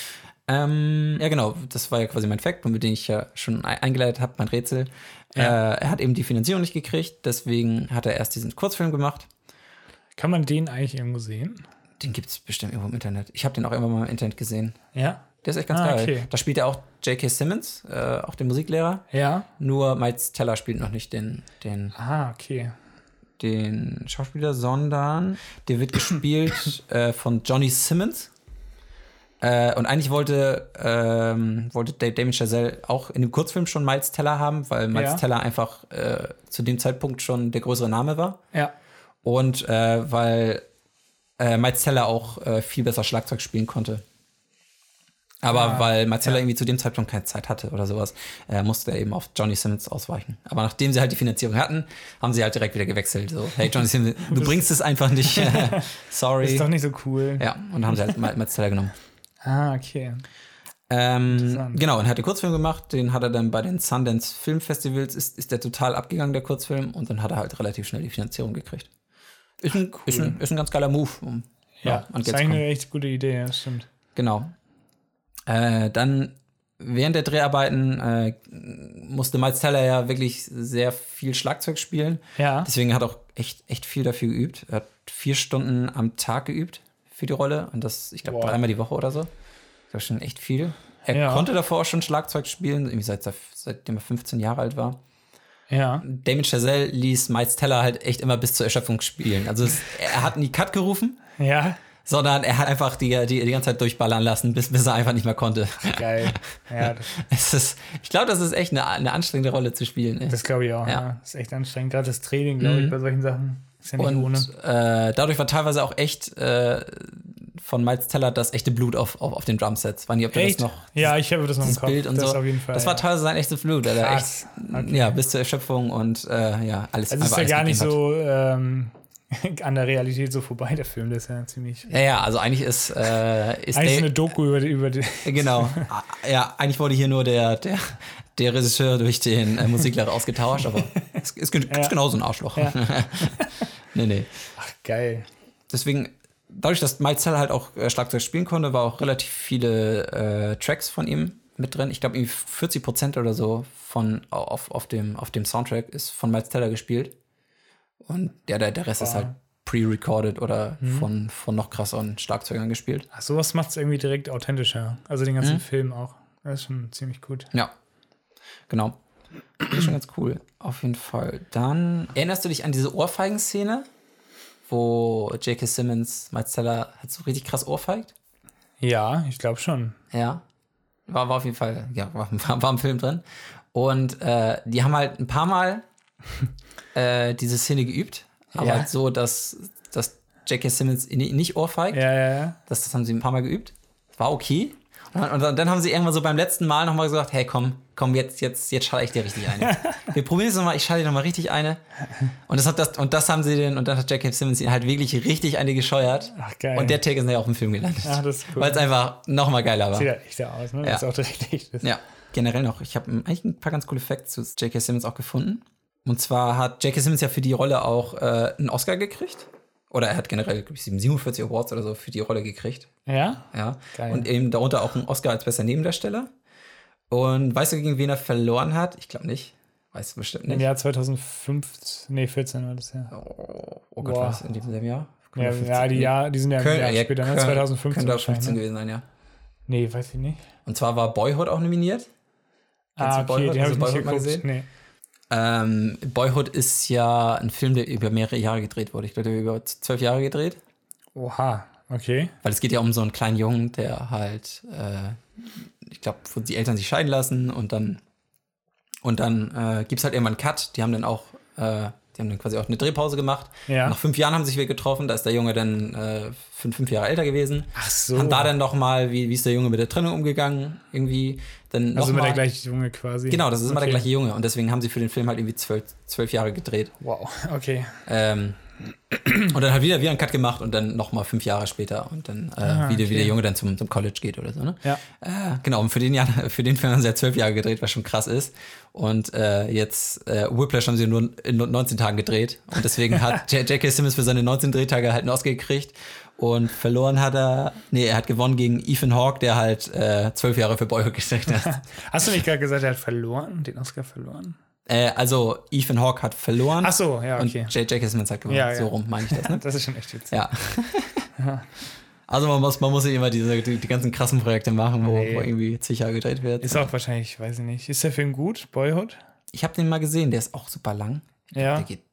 S2: Ähm, ja, genau, das war ja quasi mein Fact, mit dem ich ja schon ei- eingeleitet habe, mein Rätsel.
S1: Ja.
S2: Äh, er hat eben die Finanzierung nicht gekriegt, deswegen hat er erst diesen Kurzfilm gemacht.
S1: Kann man den eigentlich irgendwo sehen?
S2: Den gibt es bestimmt irgendwo im Internet. Ich habe den auch immer mal im Internet gesehen.
S1: Ja?
S2: Der ist echt ganz
S1: Ah,
S2: geil.
S1: okay.
S2: Da spielt ja auch J.K. Simmons, äh, auch den Musiklehrer.
S1: Ja?
S2: Nur Miles Teller spielt noch nicht den, den,
S1: Ah, okay.
S2: den Schauspieler, sondern der wird gespielt äh, von Johnny Simmons. Äh, und eigentlich wollte, ähm, wollte Da- Damien Chazelle auch in dem Kurzfilm schon Miles Teller haben, weil Miles
S1: Ja.
S2: Teller einfach äh, zu dem Zeitpunkt schon der größere Name war.
S1: Ja.
S2: Und äh, weil äh, Miles Teller auch äh, viel besser Schlagzeug spielen konnte. Aber
S1: Ah,
S2: weil Miles Teller irgendwie zu dem Zeitpunkt keine Zeit hatte oder sowas, äh, musste er eben auf Johnny Simmons ausweichen. Aber nachdem sie halt die Finanzierung hatten, haben sie halt direkt wieder gewechselt. So, hey Johnny Simmons, du bringst es einfach nicht. Sorry.
S1: Ist doch nicht so cool.
S2: Ja, und haben sie halt Mi- Miles Teller genommen.
S1: Ah, okay.
S2: Ähm,
S1: Interessant.
S2: genau, und hat den Kurzfilm gemacht, den hat er dann bei den Sundance Film Festivals, ist, ist der total abgegangen, der Kurzfilm, und dann hat er halt relativ schnell die Finanzierung gekriegt. Ist ein, ist ein, ist ein ganz geiler Move. Um,
S1: Ja,
S2: und
S1: das ist
S2: jetzt
S1: eigentlich
S2: kommt,
S1: eine echt gute Idee, ja, stimmt.
S2: genau. Äh, dann während der Dreharbeiten äh, musste Miles Teller ja wirklich sehr viel Schlagzeug spielen.
S1: Ja.
S2: Deswegen hat er auch echt, echt viel dafür geübt. Er hat vier Stunden am Tag geübt für die Rolle und das, ich glaube,
S1: Wow.
S2: dreimal die Woche oder so. Das war schon echt viel. Er
S1: Ja.
S2: konnte davor auch schon Schlagzeug spielen, irgendwie seit, seitdem er 15 Jahre alt war.
S1: Ja.
S2: Damien Chazelle ließ Miles Teller halt echt immer bis zur Erschöpfung spielen. Also es, er hat nie Cut gerufen,
S1: Ja.
S2: sondern er hat einfach die, die, die ganze Zeit durchballern lassen, bis, bis er einfach nicht mehr konnte.
S1: Geil. Ja, das,
S2: Es ist, ich glaube, das ist echt eine, eine anstrengende Rolle zu spielen. ey.
S1: das glaube ich auch.
S2: Ja. Mhm.
S1: Ja. Ist echt anstrengend. Gerade das Training, glaube ich, bei solchen Sachen. Ist ja nicht
S2: Und
S1: ohne.
S2: äh, dadurch war teilweise auch echt äh, von Miles Teller das echte Blut auf, auf, auf den Drumsets. War nicht, ob du
S1: Echt?
S2: das noch
S1: ja, ich habe das noch im
S2: das
S1: Kopf.
S2: Bild und
S1: das
S2: so.
S1: auf jeden Fall.
S2: das war
S1: ja.
S2: teilweise sein echtes Blut. Alter.
S1: Krass.
S2: Echt, Ja, bis zur Erschöpfung und äh, ja, alles
S1: Also
S2: einfach
S1: ist ja
S2: alles
S1: gar nicht
S2: gegeben
S1: so ähm, an der Realität so vorbei, der Film. Das ist ja ziemlich.
S2: hat. Ja, ja, also eigentlich ist, äh, ist
S1: Eigentlich
S2: der,
S1: eine Doku über die. Über die
S2: genau. Ah, Ja, eigentlich wurde hier nur der, der, der Regisseur durch den äh, Musiklehrer ausgetauscht, aber Ist, ist, ist genauso ein Arschloch.
S1: Ja.
S2: nee, nee.
S1: Ach, geil.
S2: Deswegen, dadurch, dass Miles Teller halt auch äh, Schlagzeug spielen konnte, war auch relativ viele äh, Tracks von ihm mit drin. Ich glaube, irgendwie 40 Prozent oder so von, auf, auf, dem, auf dem Soundtrack ist von Miles Teller gespielt. Und ja, der, der Rest ist halt pre-recorded oder von, von noch krasseren Schlagzeugern gespielt.
S1: Ach, sowas macht es irgendwie direkt authentischer. Also den
S2: Mhm.
S1: ganzen Film auch. Das ist schon ziemlich gut.
S2: Ja, genau. Das ist schon ganz cool. Auf jeden Fall. Dann erinnerst du dich an diese Ohrfeigen-Szene, wo J.K. Simmons Marcella hat so richtig krass ohrfeigt?
S1: Ja, ich glaube schon.
S2: Ja. War, war auf jeden Fall, ja, war, war, war im Film drin. Und äh, die haben halt ein paar Mal äh, diese Szene geübt, aber
S1: Ja.
S2: halt so, dass, dass J.K. Simmons ihn nicht ohrfeigt.
S1: Ja, ja, ja.
S2: Das, das haben sie ein paar Mal geübt. War okay. Und dann, und dann- dann haben sie irgendwann so beim letzten Mal nochmal gesagt, hey komm, komm, jetzt, jetzt, jetzt schalte ich dir richtig eine. Wir probieren es nochmal, ich schalte dir nochmal richtig eine. Und das, hat das, und das haben sie den, und dann hat Jack Simmons ihn halt wirklich richtig eine gescheuert.
S1: Ach, geil.
S2: Und der Take ist ja auch im Film gelandet.
S1: Ach, das ist cool.
S2: Weil es einfach nochmal geiler war.
S1: Sieht ja echt aus, ne? Dass es auch direkt echt ist.
S2: Ja, generell noch. Ich habe eigentlich ein paar ganz coole Facts zu J.K. Simmons auch gefunden. Und zwar hat J.K. Simmons ja für die Rolle auch äh, einen Oscar gekriegt. Oder er hat generell, glaube ich, 47 Awards oder so für die Rolle gekriegt.
S1: Ja?
S2: Ja.
S1: Geil.
S2: Und eben darunter auch einen Oscar als bester Nebendarsteller. Und weißt du, gegen wen er verloren hat? Ich glaube nicht. Weißt du bestimmt
S1: Im
S2: nicht.
S1: Jahr 2015, nee, 14 war das ja.
S2: Oh, oh Gott,
S1: Boah.
S2: war das in demselben Jahr?
S1: Ja, ja, die, Jahr, die sind ja im
S2: Köln,
S1: Jahr
S2: ja,
S1: später, ne?
S2: Köln,
S1: 2015.
S2: Könnte auch
S1: wahrscheinlich,
S2: 15
S1: ne?
S2: gewesen sein, ja.
S1: Nee, weiß ich nicht.
S2: Und zwar war Boyhood auch nominiert. Kennst
S1: Ah,
S2: du
S1: okay,
S2: Boyhood?
S1: den habe
S2: Hast
S1: ich
S2: du
S1: nicht
S2: Boyhood mal
S1: geguckt.
S2: gesehen?
S1: Nee.
S2: Ähm, Boyhood ist ja ein Film, der über mehrere Jahre gedreht wurde. Ich glaube, der wurde über zwölf Jahre gedreht.
S1: Oha, okay.
S2: Weil es geht ja um so einen kleinen Jungen, der halt, äh, ich glaube, wo die Eltern sich scheiden lassen und dann und dann äh, gibt es halt irgendwann einen Cut. Die haben dann auch, äh, die haben dann quasi auch eine Drehpause gemacht.
S1: Ja.
S2: Nach fünf Jahren haben sie sich wieder getroffen, da ist der Junge dann äh, fünf, fünf Jahre älter gewesen.
S1: Ach so.
S2: Haben da dann nochmal, wie, wie ist der Junge mit der Trennung umgegangen, irgendwie. Dann
S1: also
S2: noch
S1: immer der
S2: mal-
S1: gleiche Junge quasi.
S2: Genau, das ist immer der
S1: Okay.
S2: gleiche Junge. Und deswegen haben sie für den Film halt irgendwie zwölf, zwölf Jahre gedreht.
S1: Wow, okay.
S2: Ähm, und dann hat wieder wieder einen Cut gemacht und dann nochmal fünf Jahre später und dann äh, wie, der- wie der Junge dann zum, zum College geht oder so. Ne?
S1: Ah, Ja.
S2: Äh, genau, und für den, Jahr, für den Film haben sie ja zwölf Jahre gedreht, was schon krass ist. Und äh, jetzt äh, Whiplash haben sie nur in nur 19 Tagen gedreht. Und deswegen hat J- J.K. Simmons für seine 19 Drehtage halt einen Oscar gekriegt. Und verloren hat er, nee, er hat gewonnen gegen Ethan Hawke, der halt äh, zwölf Jahre für Boyhood gedreht hat.
S1: Hast du nicht gerade gesagt, er hat verloren, den Oscar verloren?
S2: äh, also Ethan Hawke hat verloren.
S1: Ach so, ja,
S2: Und
S1: okay.
S2: J.J. Simmons hat gewonnen.
S1: Ja, ja.
S2: So rum meine ich das, ne?
S1: Das ist schon echt witzig.
S2: Ja. Also man muss, man muss nicht immer diese, die, die ganzen krassen Projekte machen, wo,
S1: Nee.
S2: wo irgendwie zig Jahre gedreht wird.
S1: Ist auch wahrscheinlich, weiß ich nicht. Ist der Film gut, Boyhood?
S2: Ich habe den mal gesehen, der ist auch super lang.
S1: Ja.
S2: Der geht,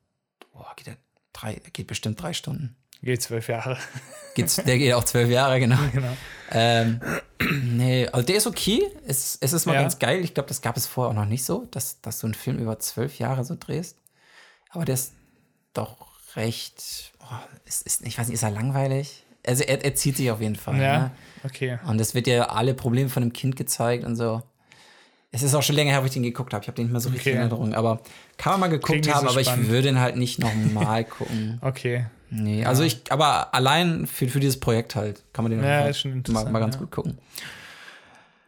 S2: boah, geht der drei, der geht bestimmt drei Stunden.
S1: Geht zwölf Jahre.
S2: Geht's, der geht auch zwölf Jahre, genau.
S1: genau.
S2: Ähm, nee, also der ist okay. Es, es ist mal
S1: Ja.
S2: ganz geil. Ich glaube, das gab es vorher auch noch nicht so, dass, dass du einen Film über zwölf Jahre so drehst. Aber der ist doch recht. Boah, es ist, ich weiß nicht, ist er langweilig? Also er, er zieht sich auf jeden Fall. Ne?
S1: Ja. Okay.
S2: Und es wird ja alle Probleme von dem Kind gezeigt und so. Es ist auch schon länger her, wo ich den geguckt habe. Ich habe den nicht mehr so richtig
S1: Okay.
S2: in Erinnerung. Aber kann man mal geguckt
S1: Klingt nicht
S2: haben,
S1: so
S2: aber ich
S1: spannend.
S2: würde ihn halt nicht nochmal gucken.
S1: Okay.
S2: Nee, also ich, aber allein für, für dieses Projekt halt kann man den
S1: Ja,
S2: halt
S1: ist schon
S2: mal,
S1: interessant,
S2: mal ganz
S1: ja.
S2: gut gucken.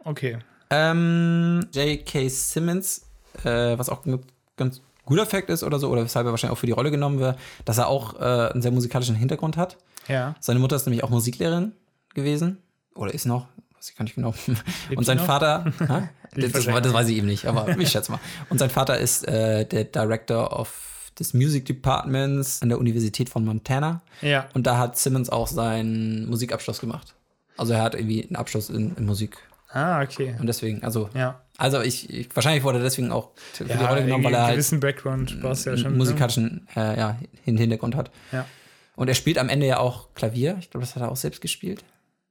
S1: Okay.
S2: Ähm, J.K. Simmons, äh, was auch ein ganz guter Fact ist oder so, oder weshalb er wahrscheinlich auch für die Rolle genommen wird, dass er auch äh, einen sehr musikalischen Hintergrund hat.
S1: Ja.
S2: Seine Mutter ist nämlich auch Musiklehrerin gewesen. Oder ist noch. Weiß ich gar nicht genau. und
S1: sie
S2: sein
S1: noch?
S2: Vater. Hä? das, das,
S1: wahrscheinlich.
S2: das weiß ich eben nicht, aber ich schätze mal. Und sein Vater ist äh, der Director of des Music Departments an der Universität von Montana.
S1: Ja.
S2: Und da hat Simmons auch seinen Musikabschluss gemacht. Also er hat irgendwie einen Abschluss in, in Musik.
S1: Ah, okay.
S2: Und deswegen, also,
S1: Ja.
S2: also ich, ich wahrscheinlich wurde er deswegen auch für die
S1: Ja,
S2: Rolle genommen, weil er
S1: einen
S2: halt
S1: gewissen Background brauchst du ja schon.
S2: einen musikalischen äh, ja, Hin- Hintergrund hat.
S1: Ne? Ja.
S2: Und er spielt am Ende ja auch Klavier. Ich glaube, das hat er auch selbst gespielt.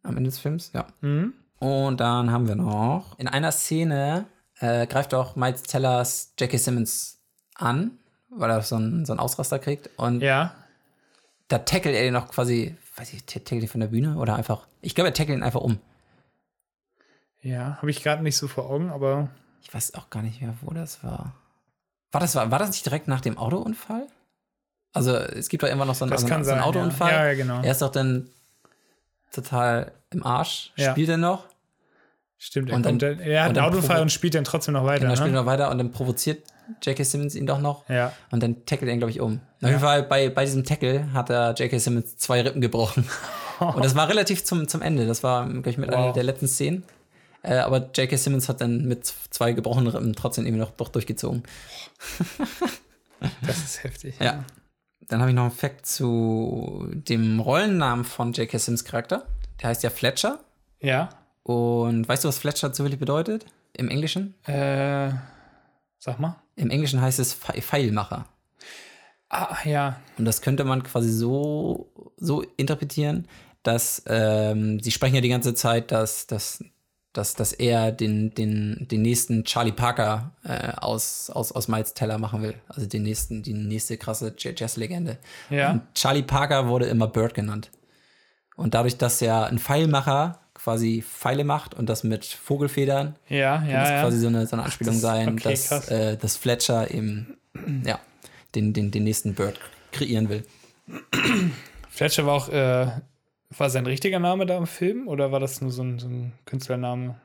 S2: Am Ende des Films, ja.
S1: Hm?
S2: Und dann haben wir noch. In einer Szene äh, greift auch Miles Tellers Jackie Simmons an, weil er so einen, so einen Ausraster kriegt. Und
S1: Ja.
S2: da tackelt er ihn noch quasi, weiß ich, ta- tackelt ihn von der Bühne oder einfach. Ich glaube, er tackelt ihn einfach um.
S1: Ja. Habe ich gerade nicht so vor Augen, aber
S2: Ich weiß auch gar nicht mehr, wo das war. War das, war, war das nicht direkt nach dem Autounfall? Also, es gibt doch immer noch so einen,
S1: das
S2: so einen,
S1: kann
S2: so einen
S1: sein.
S2: also Autounfall.
S1: Ja, ja, ja genau.
S2: Er ist doch dann total im Arsch.
S1: Ja.
S2: Spielt er noch?
S1: Stimmt, er,
S2: Und dann-
S1: kommt dann, er hat
S2: und
S1: einen
S2: dann
S1: Autounfall
S2: provo-
S1: und spielt dann trotzdem noch weiter.
S2: Dann spielt
S1: ne?
S2: er weiter und dann provoziert J.K. Simmons ihn doch noch.
S1: Ja.
S2: Und dann tackelt er ihn, glaube ich, um. Auf jeden Fall bei, bei diesem Tackle hat er J.K. Simmons zwei Rippen gebrochen. Und das war relativ zum, zum Ende. Das war, glaube ich, mit einer
S1: Wow.
S2: der letzten Szenen. Äh, aber J.K. Simmons hat dann mit zwei gebrochenen Rippen trotzdem eben noch doch durchgezogen.
S1: Das ist heftig.
S2: Ja. Dann habe ich noch einen Fact zu dem Rollennamen von J.K. Simmons Charakter. Der heißt ja Fletcher.
S1: Ja.
S2: Und weißt du, was Fletcher zufällig bedeutet? Im Englischen?
S1: Äh, sag mal.
S2: Im Englischen heißt es Fe- Pfeilmacher.
S1: Ah, ja.
S2: Und das könnte man quasi so, so interpretieren, dass ähm, sie sprechen ja die ganze Zeit, dass, dass, dass, dass er den, den, den nächsten Charlie Parker äh, aus, aus, aus Miles Teller machen will. Also den nächsten, die nächste krasse J- Jazz-Legende.
S1: Ja.
S2: Und Charlie Parker wurde immer Bird genannt. Und dadurch, dass er ein Pfeilmacher quasi Pfeile macht und das mit Vogelfedern,
S1: Ja, ja,
S2: das
S1: ja.
S2: quasi so eine, so eine Anspielung
S1: das-
S2: sein,
S1: okay,
S2: dass,
S1: krass.
S2: äh, dass Fletcher eben ja, den, den, den nächsten Bird kreieren will.
S1: Fletcher war auch, äh, war sein richtiger Name da im Film oder war das nur so ein, so ein Künstlername?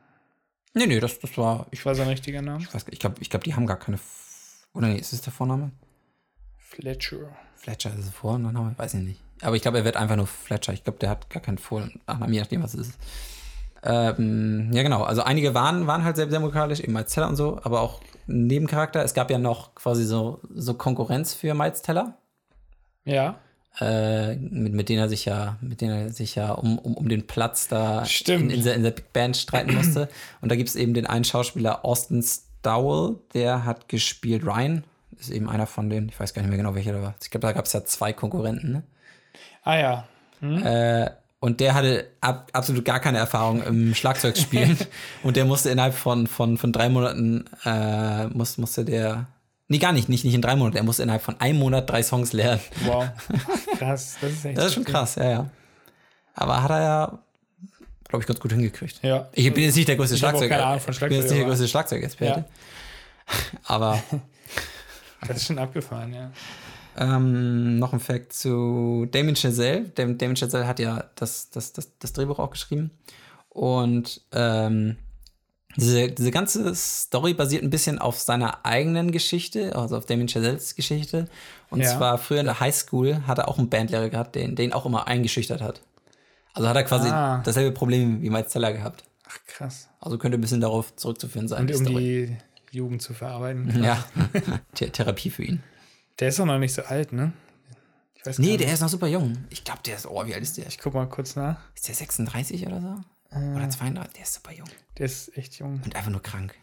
S2: Nee, nee, das, das war. Ich,
S1: War sein richtiger Name?
S2: ich weiß gar- ich glaube, ich glaub, die haben gar keine. F Oder nee, ist es der Vorname?
S1: Fletcher.
S2: Fletcher ist der Vorname, weiß ich nicht. Aber ich glaube, er wird einfach nur Fletcher. Ich glaube, der hat gar keinen Vornamen, je nachdem, was es ist. Ähm, ja, genau. Also einige waren, waren halt sehr demokratisch, eben Miles Teller und so, aber auch ein Nebencharakter. Es gab ja noch quasi so, so Konkurrenz für Miles Teller.
S1: Ja.
S2: äh, mit, mit denen er sich ja, mit denen er sich ja um, um, um den Platz da in,
S1: Stimmt.
S2: in, der, in der Big Band streiten musste. Und da gibt es eben den einen Schauspieler, Austin Stowell, der hat gespielt Ryan. Ist eben einer von denen, ich weiß gar nicht mehr genau, welcher da war. Ich glaube, da gab es ja zwei Konkurrenten. Ne?
S1: Ah ja.
S2: Äh, und der hatte ab, absolut gar keine Erfahrung im Schlagzeugspielen. und der musste innerhalb von, von, von drei Monaten, äh, muss, musste der, nee, gar nicht, nicht, nicht in drei Monaten, er musste innerhalb von einem Monat drei Songs lernen.
S1: Wow. Krass. Das ist echt.
S2: Das ist schon krass, ja, ja. Aber hat er ja, glaube ich, ganz gut hingekriegt.
S1: Ja.
S2: Ich bin jetzt nicht der größte
S1: Ich hab auch
S2: Schlagzeuger.
S1: keine Ahnung von
S2: ich bin jetzt
S1: Schlagzeug,
S2: nicht der
S1: aber-
S2: größte Schlagzeugexperte. Aber
S1: Das ist schon abgefahren, ja.
S2: ähm, noch ein Fact zu Damien Chazelle. Dam Damien Chazelle hat ja das, das, das, das Drehbuch auch geschrieben. Und ähm, diese, diese ganze Story basiert ein bisschen auf seiner eigenen Geschichte, also auf Damien Chazelles Geschichte. Und
S1: Ja.
S2: zwar früher in der Highschool hat er auch einen Bandlehrer gehabt, den, den auch immer eingeschüchtert hat. Also hat er quasi
S1: Ah.
S2: dasselbe Problem wie Miles Teller gehabt.
S1: Ach, krass.
S2: Also könnte ein bisschen darauf zurückzuführen sein,
S1: Und
S2: die
S1: um
S2: Story.
S1: die Jugend zu verarbeiten.
S2: ja, Th Therapie für ihn.
S1: Der ist doch noch nicht so alt, ne? Ich weiß
S2: Nee,
S1: gar
S2: der
S1: nicht.
S2: ist noch super jung. Ich glaube, der ist, oh, wie alt ist der? Ich
S1: Ich guck mal kurz nach.
S2: Ist der 36 oder so? Oder 32? Der ist super jung.
S1: Äh, Der ist echt jung.
S2: Und einfach nur krank.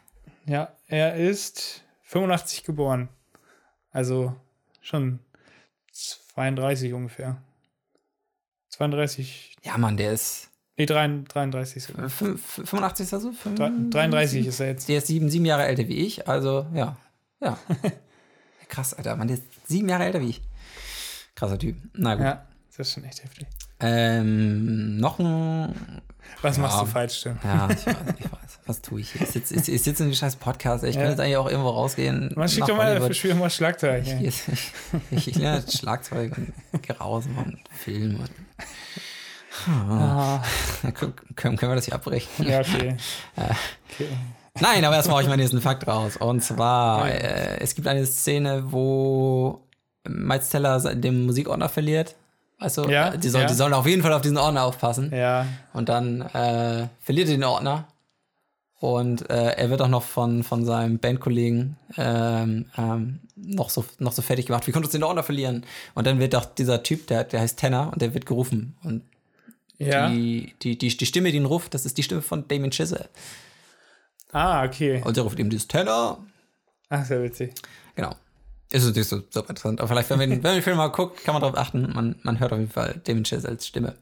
S1: Ja, er ist 85 geboren. Also schon 32 ungefähr. 32,
S2: Ja, Mann, der ist.
S1: nee, 33 sogar.
S2: äh, fün- fün- 85 ist er so? Fün-
S1: Drei- 33 ist er jetzt.
S2: Der ist sieben, sieben Jahre älter wie ich. Also, ja. Ja. Krass, Alter. Mann, der ist sieben Jahre älter wie ich. Krasser Typ. Na gut.
S1: Ja, das ist schon echt heftig.
S2: Ähm, noch ein.
S1: Was machst du
S2: Ja.
S1: falsch, Tim?
S2: Ja, ich weiß, ich weiß. Was tue ich hier? Ich sitze ich, ich sitz in dem scheiß Podcast. ey. Ich
S1: Ja.
S2: kann jetzt eigentlich auch irgendwo rausgehen.
S1: Man schickt
S2: nach
S1: doch mal,
S2: Hollywood.
S1: für Spiel um mal Schlagzeug. ey.
S2: Ich, ich, ich, ich lerne Schlagzeug und Grausen und Film. Und
S1: Ah,
S2: Na, können, können können wir das hier abbrechen?
S1: ja, okay. okay.
S2: Nein, aber erstmal mache ich meinen nächsten Fakt raus. Und zwar, äh, es gibt eine Szene, wo Miles Teller se- den Musikordner verliert. Weißt du,
S1: Ja,
S2: äh, die, soll,
S1: ja.
S2: die sollen auf jeden Fall auf diesen Ordner aufpassen.
S1: Ja,
S2: Und dann äh, verliert er den Ordner. Und äh, er wird auch noch von, von seinem Bandkollegen ähm, ähm, noch, so, noch so fertig gemacht. Wie konnte uns den Ordner verlieren? Und dann wird auch dieser Typ, der, der heißt Tanner, und der wird gerufen. Und
S1: ja.
S2: die, die, die, die Stimme, die ihn ruft, das ist die Stimme von Damien Chazelle.
S1: Ah, okay.
S2: Und der ruft ihm dieses Tanner.
S1: Ach, Ah, sehr witzig.
S2: Genau. Ist natürlich so, so interessant. Aber vielleicht, wenn man, den- wenn man den Film mal guckt, kann man darauf achten. Man, man hört auf jeden Fall Damien Chazelles Stimme.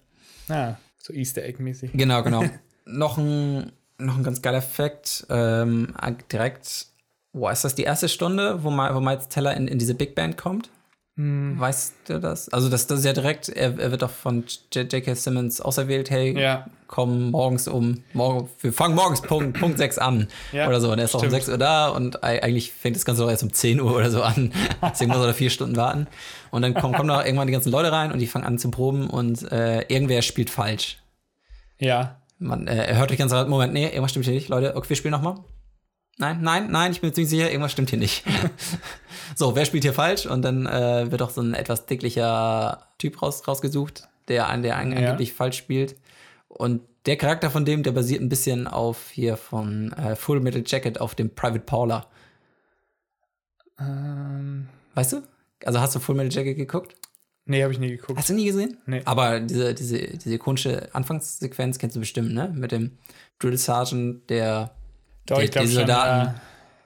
S1: Ah, so Easter Egg-mäßig.
S2: Genau, genau. noch, ein, noch ein ganz geiler Fact. Ähm, direkt, boah, ist das die erste Stunde, wo, Ma- wo Miles Teller in, in diese Big Band kommt? Weißt du das? Also, das, das ist ja direkt, er, er wird doch von J- J.K. Simmons auserwählt, hey,
S1: Ja.
S2: komm morgens um, morgen, wir fangen morgens Punkt, Punkt 6 an.
S1: Ja,
S2: oder so. Und er ist auch um
S1: stimmt.
S2: 6 Uhr da und ei- eigentlich fängt das Ganze doch erst um 10 Uhr oder so an. Deswegen muss er da vier Stunden warten. Und dann kommen, kommen da irgendwann die ganzen Leute rein und die fangen an zu proben und äh, irgendwer spielt falsch.
S1: Ja.
S2: Man äh, hört euch ganz raus, Moment, nee, irgendwas stimmt hier nicht. Leute, okay, wir spielen nochmal. Nein, nein, nein, ich bin mir ziemlich sicher, irgendwas stimmt hier nicht. so, wer spielt hier falsch? Und dann äh, wird auch so ein etwas dicklicher Typ raus, rausgesucht, der, an- der an,
S1: Ja.
S2: angeblich falsch spielt. Und der Charakter von dem, der basiert ein bisschen auf hier von äh, Full Metal Jacket auf dem Private Paula.
S1: Ähm,
S2: Weißt du? Also hast du Full Metal Jacket geguckt?
S1: nee, habe ich nie geguckt.
S2: Hast du nie gesehen?
S1: Nee.
S2: Aber diese, diese, diese ikonische Anfangssequenz kennst du bestimmt, ne? Mit dem Drill Sergeant, der
S1: Doch,
S2: die-
S1: ich glaube
S2: die
S1: schon.
S2: Soldaten.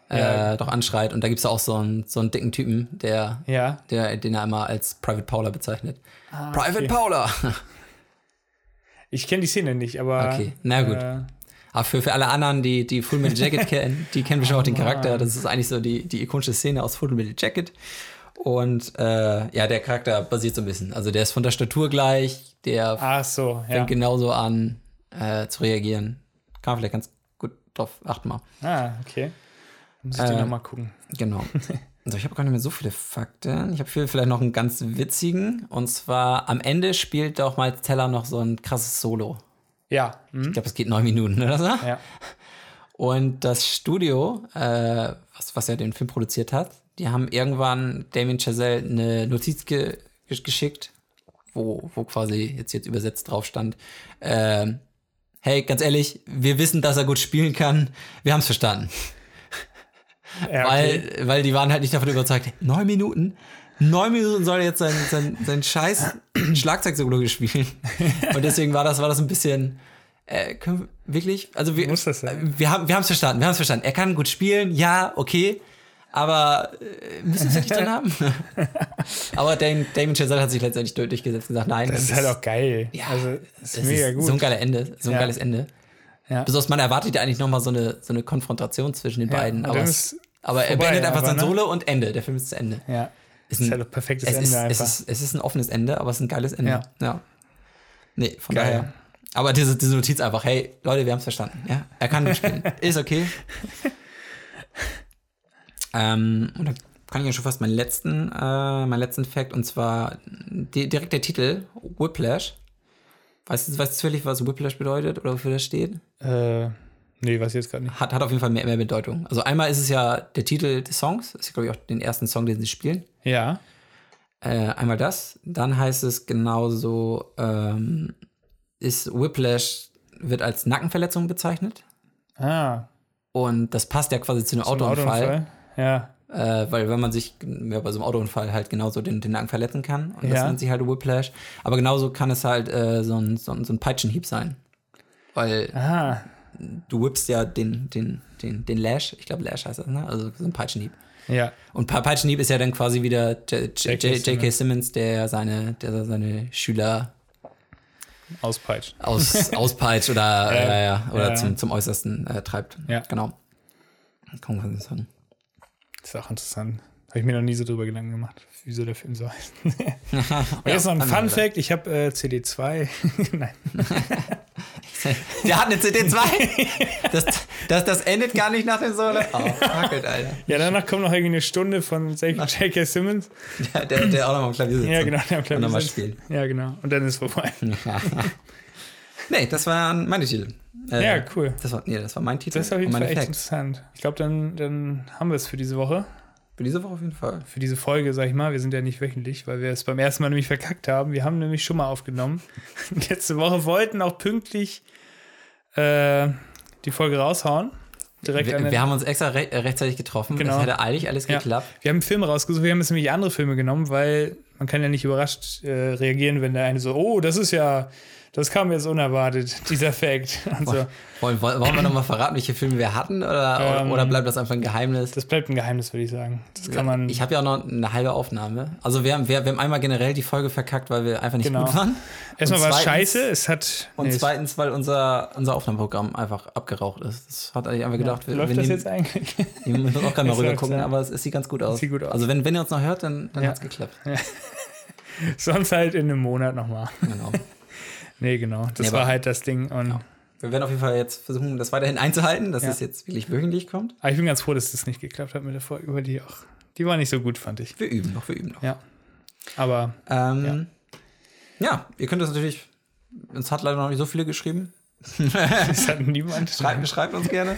S2: äh,
S1: Ja.
S2: doch anschreit. Und da gibt es auch so einen, so einen dicken Typen, der,
S1: Äh, ja.
S2: der, den er immer als Private Paula bezeichnet.
S1: Ah,
S2: Private
S1: okay.
S2: Paula!
S1: Ich kenne die Szene nicht, aber.
S2: Okay, na gut.
S1: Äh,
S2: Aber für, für alle anderen, die, die Full Metal Jacket kennen, die kennen bestimmt auch den
S1: Oh,
S2: Charakter. Das ist eigentlich so die, die ikonische Szene aus Full Metal Jacket. Und äh, ja, der Charakter basiert so ein bisschen. Also der ist von der Statur gleich, der
S1: ach so, Ah, ja.
S2: fängt genauso an äh, zu reagieren. Kann man vielleicht ganz gut drauf achten mal.
S1: Ah, okay. Muss ich den
S2: Äh,
S1: nochmal gucken.
S2: Genau. Also ich habe gar nicht mehr so viele Fakten. Ich habe viel- vielleicht noch einen ganz witzigen. Und zwar am Ende spielt auch mal Teller noch so ein krasses Solo.
S1: Ja.
S2: Ich
S1: Hm?
S2: glaube, es geht neun Minuten oder so.
S1: Ja.
S2: Und das Studio, äh, was, was er den Film produziert hat, die haben irgendwann Damien Chazelle eine Notiz ge gesch- geschickt, wo, wo quasi jetzt, jetzt übersetzt drauf stand, ähm, hey, ganz ehrlich, wir wissen, dass er gut spielen kann, wir haben es verstanden.
S1: ja okay.
S2: Weil, weil die waren halt nicht davon überzeugt, neun Minuten, neun Minuten soll er jetzt sein, sein, sein scheiß Schlagzeugsolo spielen. Und deswegen war das, war das ein bisschen, äh, können wir, wirklich, also wir,
S1: Muss das sein?
S2: wir haben wir es verstanden, wir haben es verstanden. Er kann gut spielen, ja, okay, aber äh, müssen wir es nicht drin haben? aber Dan- Damien Chazelle hat sich letztendlich durch- durchgesetzt und gesagt, nein.
S1: Das ist halt auch geil.
S2: Ja,
S1: also, das ist
S2: das
S1: mega
S2: ist
S1: gut.
S2: So ein geiles Ende, so ein
S1: Ja.
S2: geiles Ende.
S1: Ja.
S2: Besonders man erwartet ja eigentlich nochmal so eine, so eine Konfrontation zwischen den
S1: Ja,
S2: beiden.
S1: und
S2: Aber,
S1: dann
S2: es,
S1: ist
S2: aber er
S1: vorbei,
S2: beendet einfach
S1: aber,
S2: sein
S1: ne?
S2: Solo und Ende. Der Film ist zu Ende.
S1: ja.
S2: Ist
S1: Ist
S2: ein,
S1: halt ein perfektes
S2: es,
S1: Ende
S2: ist, es,
S1: einfach.
S2: ist, es ist ein offenes Ende, aber es ist ein geiles Ende.
S1: Ja.
S2: Ja. Nee, von
S1: Geil.
S2: daher. Aber diese, diese Notiz einfach, hey, Leute, wir haben es verstanden. Ja? Er kann nicht spielen. ist okay. ähm, und dann kann ich ja schon fast meinen letzten, äh, meinen letzten Fact, und zwar di direkt der Titel, Whiplash. Weißt du, weißt du zufällig, was Whiplash bedeutet oder wofür das steht?
S1: äh, nee, weiß ich jetzt gerade nicht.
S2: Hat, hat auf jeden Fall mehr, mehr Bedeutung. Also einmal ist es ja der Titel des Songs, das ist, glaube ich, auch den ersten Song, den sie spielen.
S1: Ja.
S2: Äh, einmal das, dann heißt es genauso, ähm, ist Whiplash wird als Nackenverletzung bezeichnet
S1: Ah,
S2: und das passt ja quasi zu einem
S1: zum
S2: Autounfall,
S1: Ja.
S2: äh, weil wenn man sich ja, bei so einem Autounfall halt genauso den, den Nacken verletzen kann und das
S1: Ja.
S2: nennt sich halt Whiplash, aber genauso kann es halt äh, so, ein, so, ein, so ein Peitschenhieb sein, weil
S1: Ah,
S2: du whippst ja den, den, den, den Lash, ich glaube Lash heißt das, ne? also so ein Peitschenhieb.
S1: ja.
S2: Und Pa- Peitschenhieb ist ja dann quasi wieder J- J-
S1: J.K.
S2: J- J.K. Simmons, der seine, der seine Schüler
S1: Auspeitscht.
S2: aus, auspeitscht oder,
S1: Ja,
S2: ja, ja, oder
S1: ja.
S2: Zum, zum Äußersten äh, treibt.
S1: Ja.
S2: Genau. Kann man so sagen.
S1: Ist auch interessant. Habe ich mir noch nie so drüber Gedanken gemacht, wieso der Film so heißt. Und
S2: Ja,
S1: jetzt noch ein
S2: dann-
S1: Fun Fact: Ich habe äh, CD2. Nein.
S2: Der hat eine CD2. Das, das, das endet gar nicht nach dem Solo. Oh, fuck it, Alter.
S1: Ja, danach kommt noch irgendwie eine Stunde von J.K. Simmons.
S2: Der, der, der auch nochmal am Klavier sitzt.
S1: Ja, genau. Der am Klavier
S2: Und nochmal
S1: sitzt.
S2: spielen.
S1: Ja, genau. Und dann ist vorbei.
S2: nee, das waren meine Titel. Äh,
S1: Ja, cool.
S2: Das war, nee, das war mein Titel.
S1: Das ist auf
S2: und
S1: jeden Fall
S2: meine
S1: echt
S2: Facts.
S1: interessant. Ich glaube, dann, dann haben wir es für diese Woche.
S2: Für diese Woche auf jeden Fall.
S1: für diese Folge, sag ich mal. Wir sind ja nicht wöchentlich, weil wir es beim ersten Mal nämlich verkackt haben. Wir haben nämlich schon mal aufgenommen. Und Letzte Woche wollten auch pünktlich äh, die Folge raushauen. Direkt an
S2: Wir,
S1: den,
S2: wir haben uns extra re äh, rechtzeitig getroffen.
S1: Genau.
S2: Es hätte eigentlich alles
S1: Ja.
S2: geklappt.
S1: wir haben Filme rausgesucht, wir haben jetzt nämlich andere Filme genommen, weil man kann ja nicht überrascht äh, reagieren, wenn der eine so, oh, das ist ja, das kam jetzt unerwartet, dieser Fact. Und so.
S2: Wollen, wollen wollen wir nochmal verraten, welche Filme wir hatten? Oder,
S1: Ähm,
S2: oder bleibt das einfach ein Geheimnis?
S1: Das bleibt ein Geheimnis, würde ich sagen. Das kann man.
S2: Ich habe ja auch noch eine halbe Aufnahme. Also wir haben, wir, wir haben einmal generell die Folge verkackt, weil wir einfach nicht
S1: Genau.
S2: gut waren.
S1: Erstmal
S2: und
S1: war es
S2: zweitens-
S1: scheiße, es hat.
S2: Und
S1: nee, es-
S2: zweitens, weil unser, unser Aufnahmeprogramm einfach abgeraucht ist. Das hat eigentlich einfach gedacht, wir, wir
S1: läuft das
S2: nehmen,
S1: jetzt eigentlich?
S2: wir müssen auch gerne mal
S1: Jetzt
S2: rüber
S1: läuft's,
S2: gucken,
S1: ja.
S2: aber es, es sieht ganz gut aus.
S1: sieht gut aus.
S2: Also wenn, wenn ihr uns noch hört, dann, dann
S1: Ja.
S2: hat's geklappt.
S1: Sonst halt in einem Monat nochmal.
S2: Genau.
S1: Nee, genau. Das
S2: Nee,
S1: war
S2: aber-
S1: halt das Ding. Und
S2: wir werden auf jeden Fall jetzt versuchen, das weiterhin einzuhalten, dass
S1: Ja.
S2: es jetzt wirklich wöchentlich kommt.
S1: Aber ich bin ganz froh, dass das nicht geklappt hat mit der Folge, weil die auch, die war nicht so gut, fand ich.
S2: Wir üben noch, wir üben noch.
S1: Ja. Aber
S2: Ähm, ja. ihr könnt das natürlich. Uns hat leider noch nicht so viele geschrieben.
S1: Das hat niemand.
S2: Schreibt, schreibt uns gerne.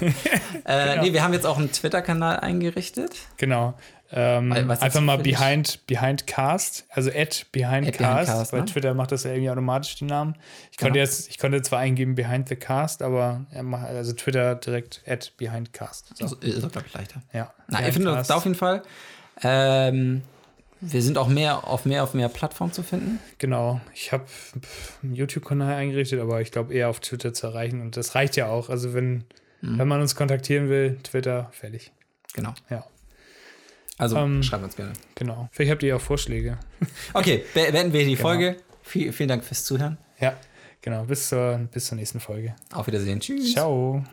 S2: äh, Nee, wir haben jetzt auch einen Twitter-Kanal eingerichtet.
S1: Genau. Ähm,
S2: Was jetzt
S1: einfach mal
S2: für dich?
S1: behind, behind Cast, also at behind
S2: At behind
S1: Cast,
S2: cast,
S1: weil
S2: ne?
S1: Twitter macht das ja irgendwie automatisch den Namen. Ich konnte
S2: Genau.
S1: jetzt, ich konnte zwar eingeben behind the cast, aber er macht also Twitter direkt at behind Cast. So,
S2: Also, ist doch, glaube ich, leichter.
S1: ja.
S2: Na, ihr
S1: Behind
S2: findet uns
S1: Cast.
S2: da auf jeden Fall. Ähm, wir sind auch mehr auf mehr auf mehr Plattformen zu finden.
S1: Genau. Ich habe einen YouTube-Kanal eingerichtet, aber ich glaube eher auf Twitter zu erreichen und das reicht ja auch. Also wenn,
S2: Mhm.
S1: wenn man uns kontaktieren will, Twitter, fertig.
S2: Genau.
S1: Ja,
S2: Also
S1: Ähm,
S2: schreibt uns gerne.
S1: genau. Vielleicht habt ihr ja auch Vorschläge.
S2: Okay, be- beenden wir die Folge. Viel, vielen Dank fürs Zuhören.
S1: Ja, genau. Bis zur, bis zur nächsten Folge.
S2: Auf Wiedersehen. Tschüss.
S1: Ciao.